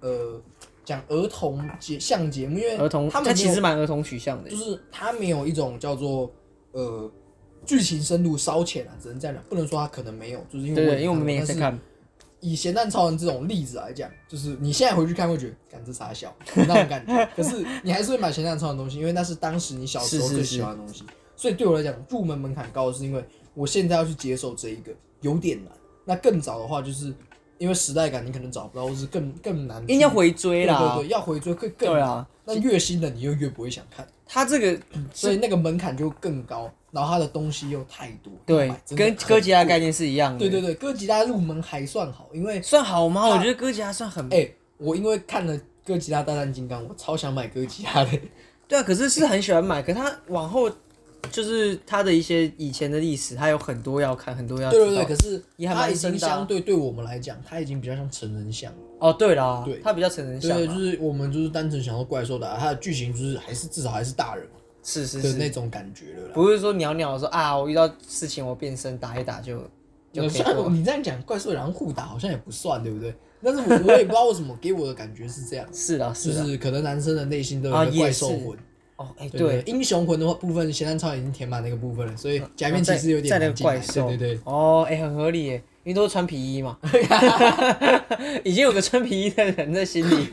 呃讲儿童节像节目，因为儿童，他他们其没有实蛮儿童取向的就。是它没有一种叫做呃剧情深度稍浅啊，只能这样讲，不能说它可能没有，就是因对为对，也因为我们每没年在。看，但是以《咸蛋超人》这种例子来讲，就是你现在回去看会觉得，感这傻小那种感觉，可是你还是会买《咸蛋超人》的东西，因为那是当时你小时候是是最是喜欢的东西。所以对我来讲，入门门槛高，是因为我现在要去接受这一个有点难。那更早的话，就是因为时代感，你可能找不到，或是更更难去。应该回追对啦对，对，要回追会更对难。啊，那越新的你又越不会想看。他这个所以那个门槛就更高，然后它的东西又太多。对要买真的跟很哥吉拉贵概念是一样的，对对对，哥吉拉入门还算好，因为算好吗？他我觉得哥吉拉算很，哎、我因为看了哥吉拉大战金刚，我超想买哥吉拉 的。对啊，可是是很喜欢买，可他往后就是他的一些以前的历史，他有很多要看，很多要对知道对对，可是也还它蛮已深经的啊相对对我们来讲，它已经比较像成人像了。哦，对啦，对他比较成人对向对，嘛，就是我们就是单纯想要怪兽的啊、它的剧情就是还是至少还是大人嘛是是的那是，种感觉了啦。不是说鸟鸟说啊，我遇到事情我变身打一打就就有可以像过了，，你这样讲，怪兽然后互打好像也不算，对不对？但是我我也不知道为什么给我的感觉是这样 是啦就是啦，是可能男生的内心都有啊一个也怪兽是魂。哦哎对对，，嗯英雄魂的话部分，咸蛋超已经填满那个部分了，所以假面骑士有啊在点那个难进来。怪兽，对对对，哦哎很合理耶，因为都是穿皮衣 嘛，已经有个穿皮衣的人在心 里。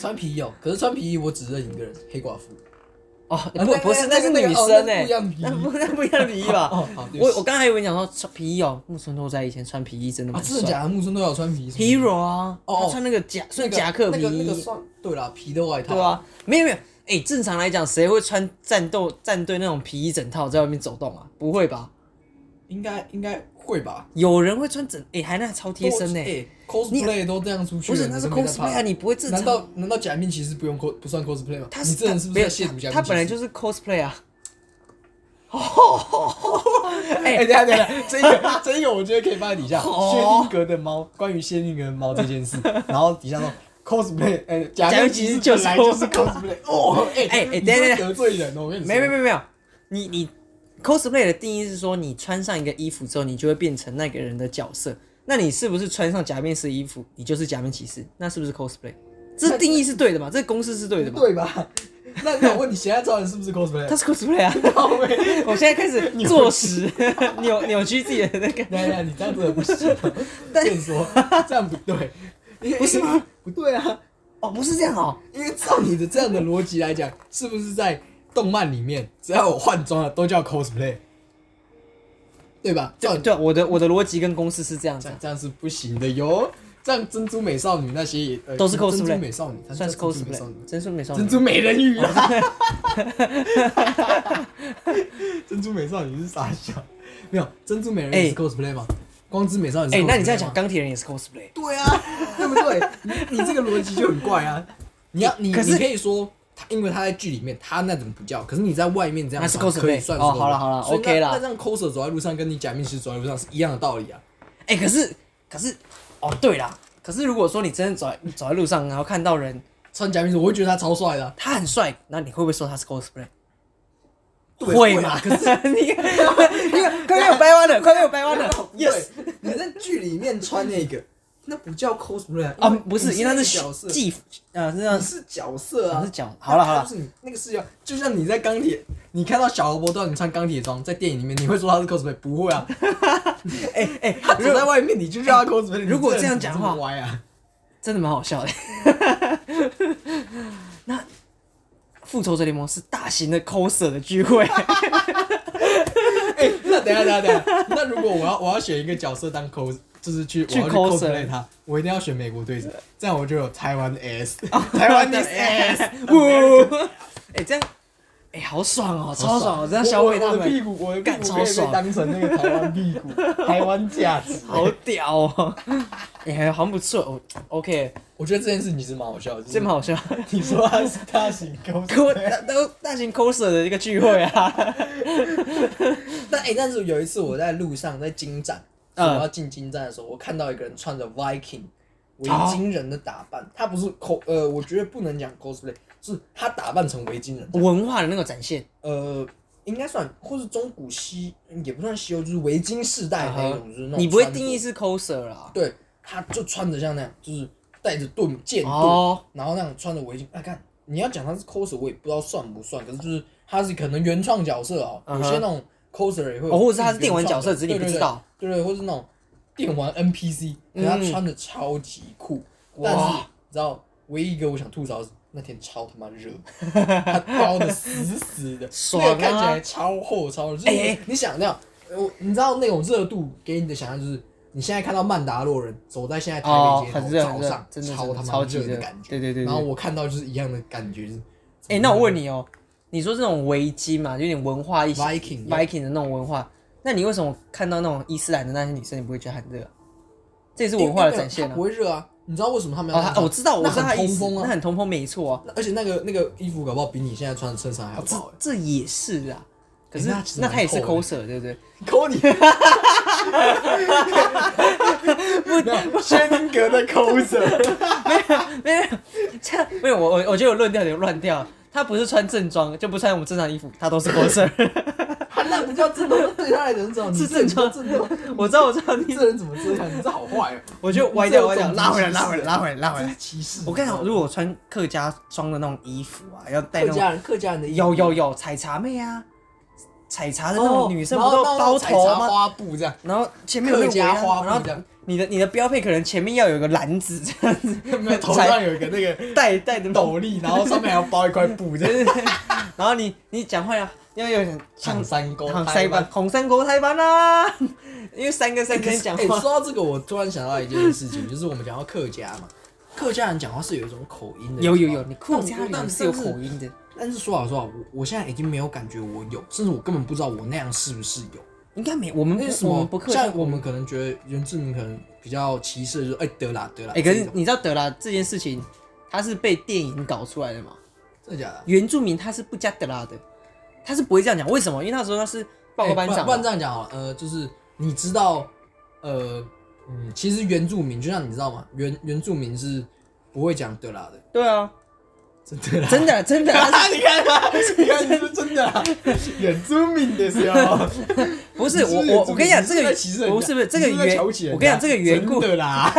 穿皮衣哦，可是穿皮衣我只认一个人，黑寡妇。哦，啊不那不是，那那是那个女哦生那哎，不一样的皮衣那不那不一样的皮衣吧？ 哦好对不我起我刚才以为你讲说穿皮衣哦，木村拓哉以前穿皮衣真的啊，蛮真的帅。假的？木村都有穿皮衣是不是。 Hero 啊，哦他穿那个夹那算个夹克皮那个那个衣，算对啦，皮的外套。对啊，没有没有，哎，正常来讲谁会穿战斗战队那种皮衣整套在外面走动啊？不会吧？应该应该贵吧？有人会穿整，哎、还那超贴身呢、欸哎、c o s p l a y 都这样出去不了，是，那你是都没在怕 cosplay 啊，你不会正难常。道难道假面骑士不用 cos 不算 cosplay 吗？他你这人是不是没有在亵渎假面骑士？他本来就是 cosplay 啊。哎、等一下等一下， 这一个这一个我觉得可以放在底下。哦薛定谔的猫，关于薛定谔的猫这 件事，然后底下说 cosplay，哎、假面骑士本来就是 cosplay，哦，哎哎哎你等一会下得罪人哦，我跟你说，没有没有没有没有，你你 cosplay 的定义是说，你穿上一个衣服之后，你就会变成那个人的角色。那你是不是穿上假面式衣服，你就是假面骑士？那是不是 cosplay？这定义是对的嘛？这公式是对的嘛？对吧？ 那那我问你，现在招人是不是 cosplay？他是 cosplay 啊！他会， 我现在开始坐实扭扭曲自己的那个，等一下你这样真的不行， 我跟你说这样不对，不是吗？不对啊，哦，不是这样哦，因为照你的这样的逻辑来讲，是不是在动漫里面，只要我换装了都叫 cosplay，对吧？照对对，我的我的逻辑跟公式是这样子这啊样，这样是不行的哟。这样珍珠美少女那些也、呃、都是珍 cosplay 珠美少女，它算是叫珍珠美少 cosplay 女。。真是美少女珍，珠美人鱼啊！ 珍珠美少女是傻笑，没有珍珠美人鱼哎是 cosplay 吗？光之美少女是哎 cosplay 吗？，那你这样讲，钢铁人也是 cosplay。对啊，对不对？你你这个逻辑就很怪啊！你要你可是你可以说他，因为他在剧里面他那种不叫，可是你在外面这样那是穿 cosplay 可以算是哦好了好了所以那 OK 啦那这样 coser 走在路上跟你假面骑士走在路上是一样的道理啊。哎、可是可是哦，对啦，可是如果说你真的走在走在路上，然后看到人穿假面骑士我会觉得他超帅的啊、他很帅，那你会不会说他是 cosplay？对会会嘛？啊可是你 看，你看，快被我掰弯了，快被我 掰弯了，yes 对，你在剧里面穿那个， 那不叫 cosplay 啊，因为不是，你因为那是角色，技啊，是这样你，是角色啊，是角好了好了就是你那个视角，就像你在钢铁，你看到小罗伯特你穿钢铁装在电影里面，你会说他是 cosplay？不会 啊，哎哎，他走在外面你就叫他 cosplay。如果你这样人讲怎么话这么歪啊， 真的蛮好笑的。 那复仇者联盟是大型的 coser 的聚会，哎，那等一下等一下等一 下，那如果我要我要选一个角色当 cos。就是去我去要去 coser cosplay 他，我一定要选美国队长，这样我就有台湾 S，台哦湾 S，呜，哎这样，哎好爽哦，超爽哦，这样消费他我的们屁。股，我的屁干股超可以被爽当成那个台湾屁 股，台湾价值。好屌 哦！哎、还好像不错哦。OK，我觉得这件事情是蛮好笑的，这么好笑， 你说他是大型公司， 我大都大型 coser 的一个聚会啊。但哎、但是有一次我在路上在金站，嗯我要进金站的时候，我看到一个人穿着 Viking 哦维京人的打扮，他不是 cos 呃，我觉得不能讲 cosplay，是他打扮成维京人，文化的那个展现，呃。应该算，或是中古西也不算西欧，就是维京世代的那种，就是那种嗯你不会穿着定义是 coser 啦。对，他就穿着像那样，就是带着盾剑盾，哦，然后那样穿着围巾。哎、看你要讲他是 coser，我也不知道算不算，可是就是他是可能原创角色哦、嗯哼有些那种 coser 也会有原创的，哦，或者是他是电玩角色，只是你不知道。对，对对，或是那种电玩 NPC，可是他嗯穿的超级酷，哇但是你知道唯一一个我想吐槽的是。那天超他妈热， 他包的死死的，爽那啊个看起来超厚超热。就是哎哎你想那样，我你知道那种热度给你的想象就是，你现在看到曼达洛人走在现在台哦北，街头、很热很早热上，，真的超是他妈超级热热的感觉。对对对然后对。我看到就是一样的感觉，就是哎、那我问你哦，你说这种围巾嘛，有点文化一些 Viking Viking 的那种文化，那你为什么看到那种伊斯兰的那些女生，你不会觉得很热？啊这也是文化的展现因为没有它啊不。会热啊。你知道为什么他们要哦这样他，穿？哦，我知道，我那知道很他的意思通风啊那很通风，没错啊。那而且那个那个衣服搞不好比你现在穿的衬衫还要这薄、欸。这也是啊，可是、欸那其实哦那蛮他也是厚 coser 对不 对？抠你，不，薛定谔的抠着。没有，这样没有我我我觉得我论调有点乱掉。他不是穿正装，就不穿我们正常衣服，他都是 coser。他那不叫正装，对他来讲是正装，是你正常正装。我知道，我知道你你，这人怎么这样？你这好坏哦！我觉得歪掉歪掉，拉回来拉回来拉回来拉回这来是。歧视。我跟你讲，如果我穿客家装的那种衣服啊，要带客那种家人，客家人的衣服有有有采茶妹啊，采茶的哦那种女生不都然后然后包头采茶吗？花布这样，然后前面有那个客家围栏啊花然布这后样你的你的标配可能前面要有一个篮子 这样子没有头上有一个那个带带的那种斗笠，然后上面还要包一块布这样。对对对，然后你你讲话要要有点像像山沟，像塞班红山沟台班啦、因为三个三个人讲欸话，说到这个，我突然想到一件事情，就是我们讲到客家嘛，客家人讲话是有一种口音的，有有你知道有，吗你客家但我人是有口音的，但是说老实话，我我现在已经没有感觉我有，甚至我根本不知道我那样是不是有。应该没，我们那是什不我么们不？客像气。我们可能觉得原住民可能比较歧视，就是哎得啦得啦。哎、可这是种你知道德拉这件事情，它是被电影搞出来的嘛？真的假的？原住民他是不加德拉的，他是不会这样讲。为什么？因为那时候他是报告班哎长啊不嘛、然不然这样讲好了，呃，就是你知道，呃，嗯，其实原住民就像你知道吗？原原住民是不会讲得啦的，对啊，真的啦。真的真的，他是你看吧，你看你是真的 啦，原住民的时候，不是你我不原我住我民跟你讲你这是在个歧视人家不是不是这个你是在缘，瞧不起人家我跟你讲这个缘故真的啦，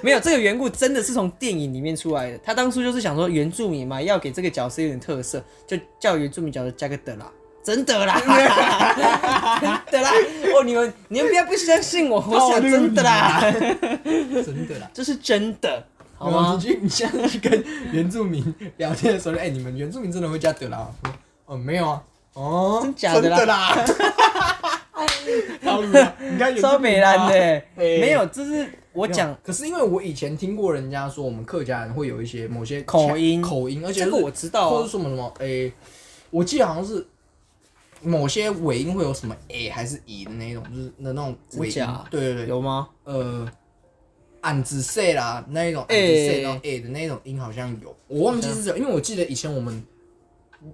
没有这个缘故真的是从电影里面出来的。他当初就是想说原住民嘛，要给这个角色有点特色，就叫原住民角色加个德拉。真 的啦，真的啦！哦，你们你们不要不相信我，我套想路真的啦，真的啦。这是真的， 好然后吗你？去，你现在去跟原住民聊天的时候，哎、你们原住民真的会加德拉吗？我说哦，没有啊。哦，真假的啦真啦。 套路啊，你看原住民超美兰的、哎没有，这是我讲，啊可是因为我以前听过人家说，我们客家人会有一些某些口音口音，而且、这个我知道或者啊。什么什么，诶、我记得好像是某些尾音会有什么诶、还是咦的那种，就是那那种尾真音假，对对对，有吗？呃，俺子塞啦那一种，俺欸子塞然后 A 的那种音好像有，我忘记是谁，因为我记得以前我们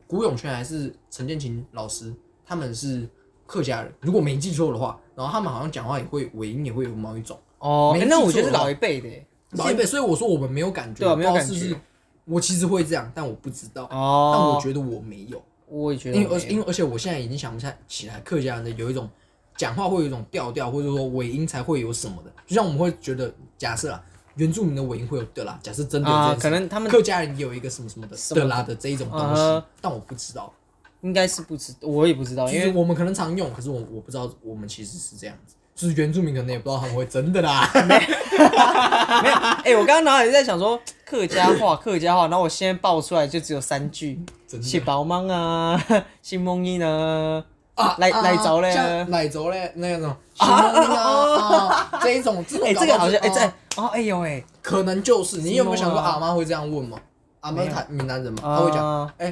古永泉还是陈建勤老师，他们是客家人，如果没记错的话，然后他们好像讲话也会尾音也会有某一种哦，没哎记那我错觉得是的话老一辈的、老一辈，所以我说我们没有感觉，对啊没有不知道是不感是觉。我其实会这样，但我不知道，但我哦，觉得我没有，我也觉得因为我而没有，因为而且我现在已经想不起来客家人的有一种讲话会有一种调调，或者说尾音才会有什么的，就像我们会觉得假设啊，原住民的尾音会有的啦，假设真的有这啊，件事可能他们客家人也有一个什么什么的什么的啦的这一种东西，啊但我不知道，应该是不知，我也不知道，就因是为我们可能常用，可是我我不知道我们其实是这样子，就是原住民可能也不知道他们会真的 啦，没有。 哎、我刚刚脑海里在想说客家话，客家话，然后我现在爆出来就只有三句：真是的宝芒啊，新梦一呢。啊奶奶粥嘞像奶粥嘞那种啊啊啊这一种这种哎、搞这不个好好就像哎、啊这哦哎呦哎，可能就是你有没有想过西蒙啊阿妈会这样问吗？阿妈没有台闽南人嘛，啊她会讲，哎，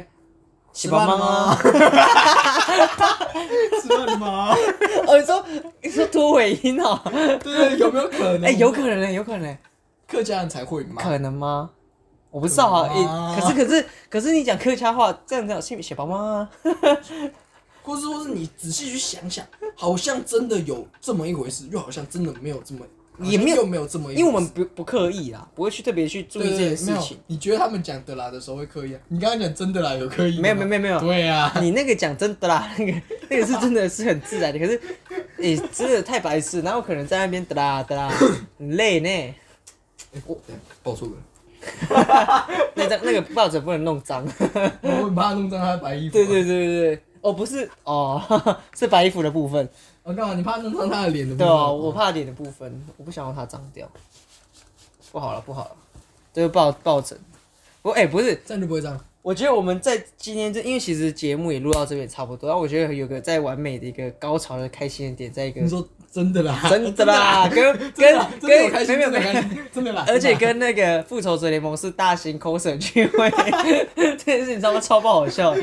吃吃饭饭了了吗吗？ 吃饭了吗？哦你说你说拖尾音哦，对 对，有没有可能？哎、有可能嘞，有可能嘞。客家人才会嘛？可能吗？我不知道啊，可诶、能吗可是可是可是你讲客家话这样讲，写写包啊吗？或是说是你仔细去想想，好像真的有这么一回事，又好像真的没有这么，也没好像有又没有这么一回事，因为我们不不刻意啦，不会去特别去注对意这对对没件事有情。。你觉得他们讲的啦的时候会刻意啊？你刚刚讲真的啦，有刻意吗？没有没有没有没有对啊， 你那个讲真的啦， 那个那个是真的是很自然的，可是，诶、真的太白痴，哪有可能在那边哒啦哒啦，很累呢。哎我等一下报错了。那张那个报纸不能弄脏。 我很怕弄脏他的白衣服。啊对对对对对，哦不是哦， 是白衣服的部分，我干嘛？你怕弄脏他的脸的部对分？哦，我怕脸的部分，我不想让它脏掉。不好了不好了，这个抱抱枕。不哎、不是，这样就不会这样。我觉得我们在今天这，因为其实节目也录到这边也差不多，然后我觉得有个在完美的一个高潮的开心的点，在一个你说真的啦？嗯 真的啦，跟 真跟的啦，真的有开跟心，没有真的没有开，有心， 真的啦。 而且真的啦跟那个复仇者联盟是大型 coser 聚会，这件事情他妈超不 好笑，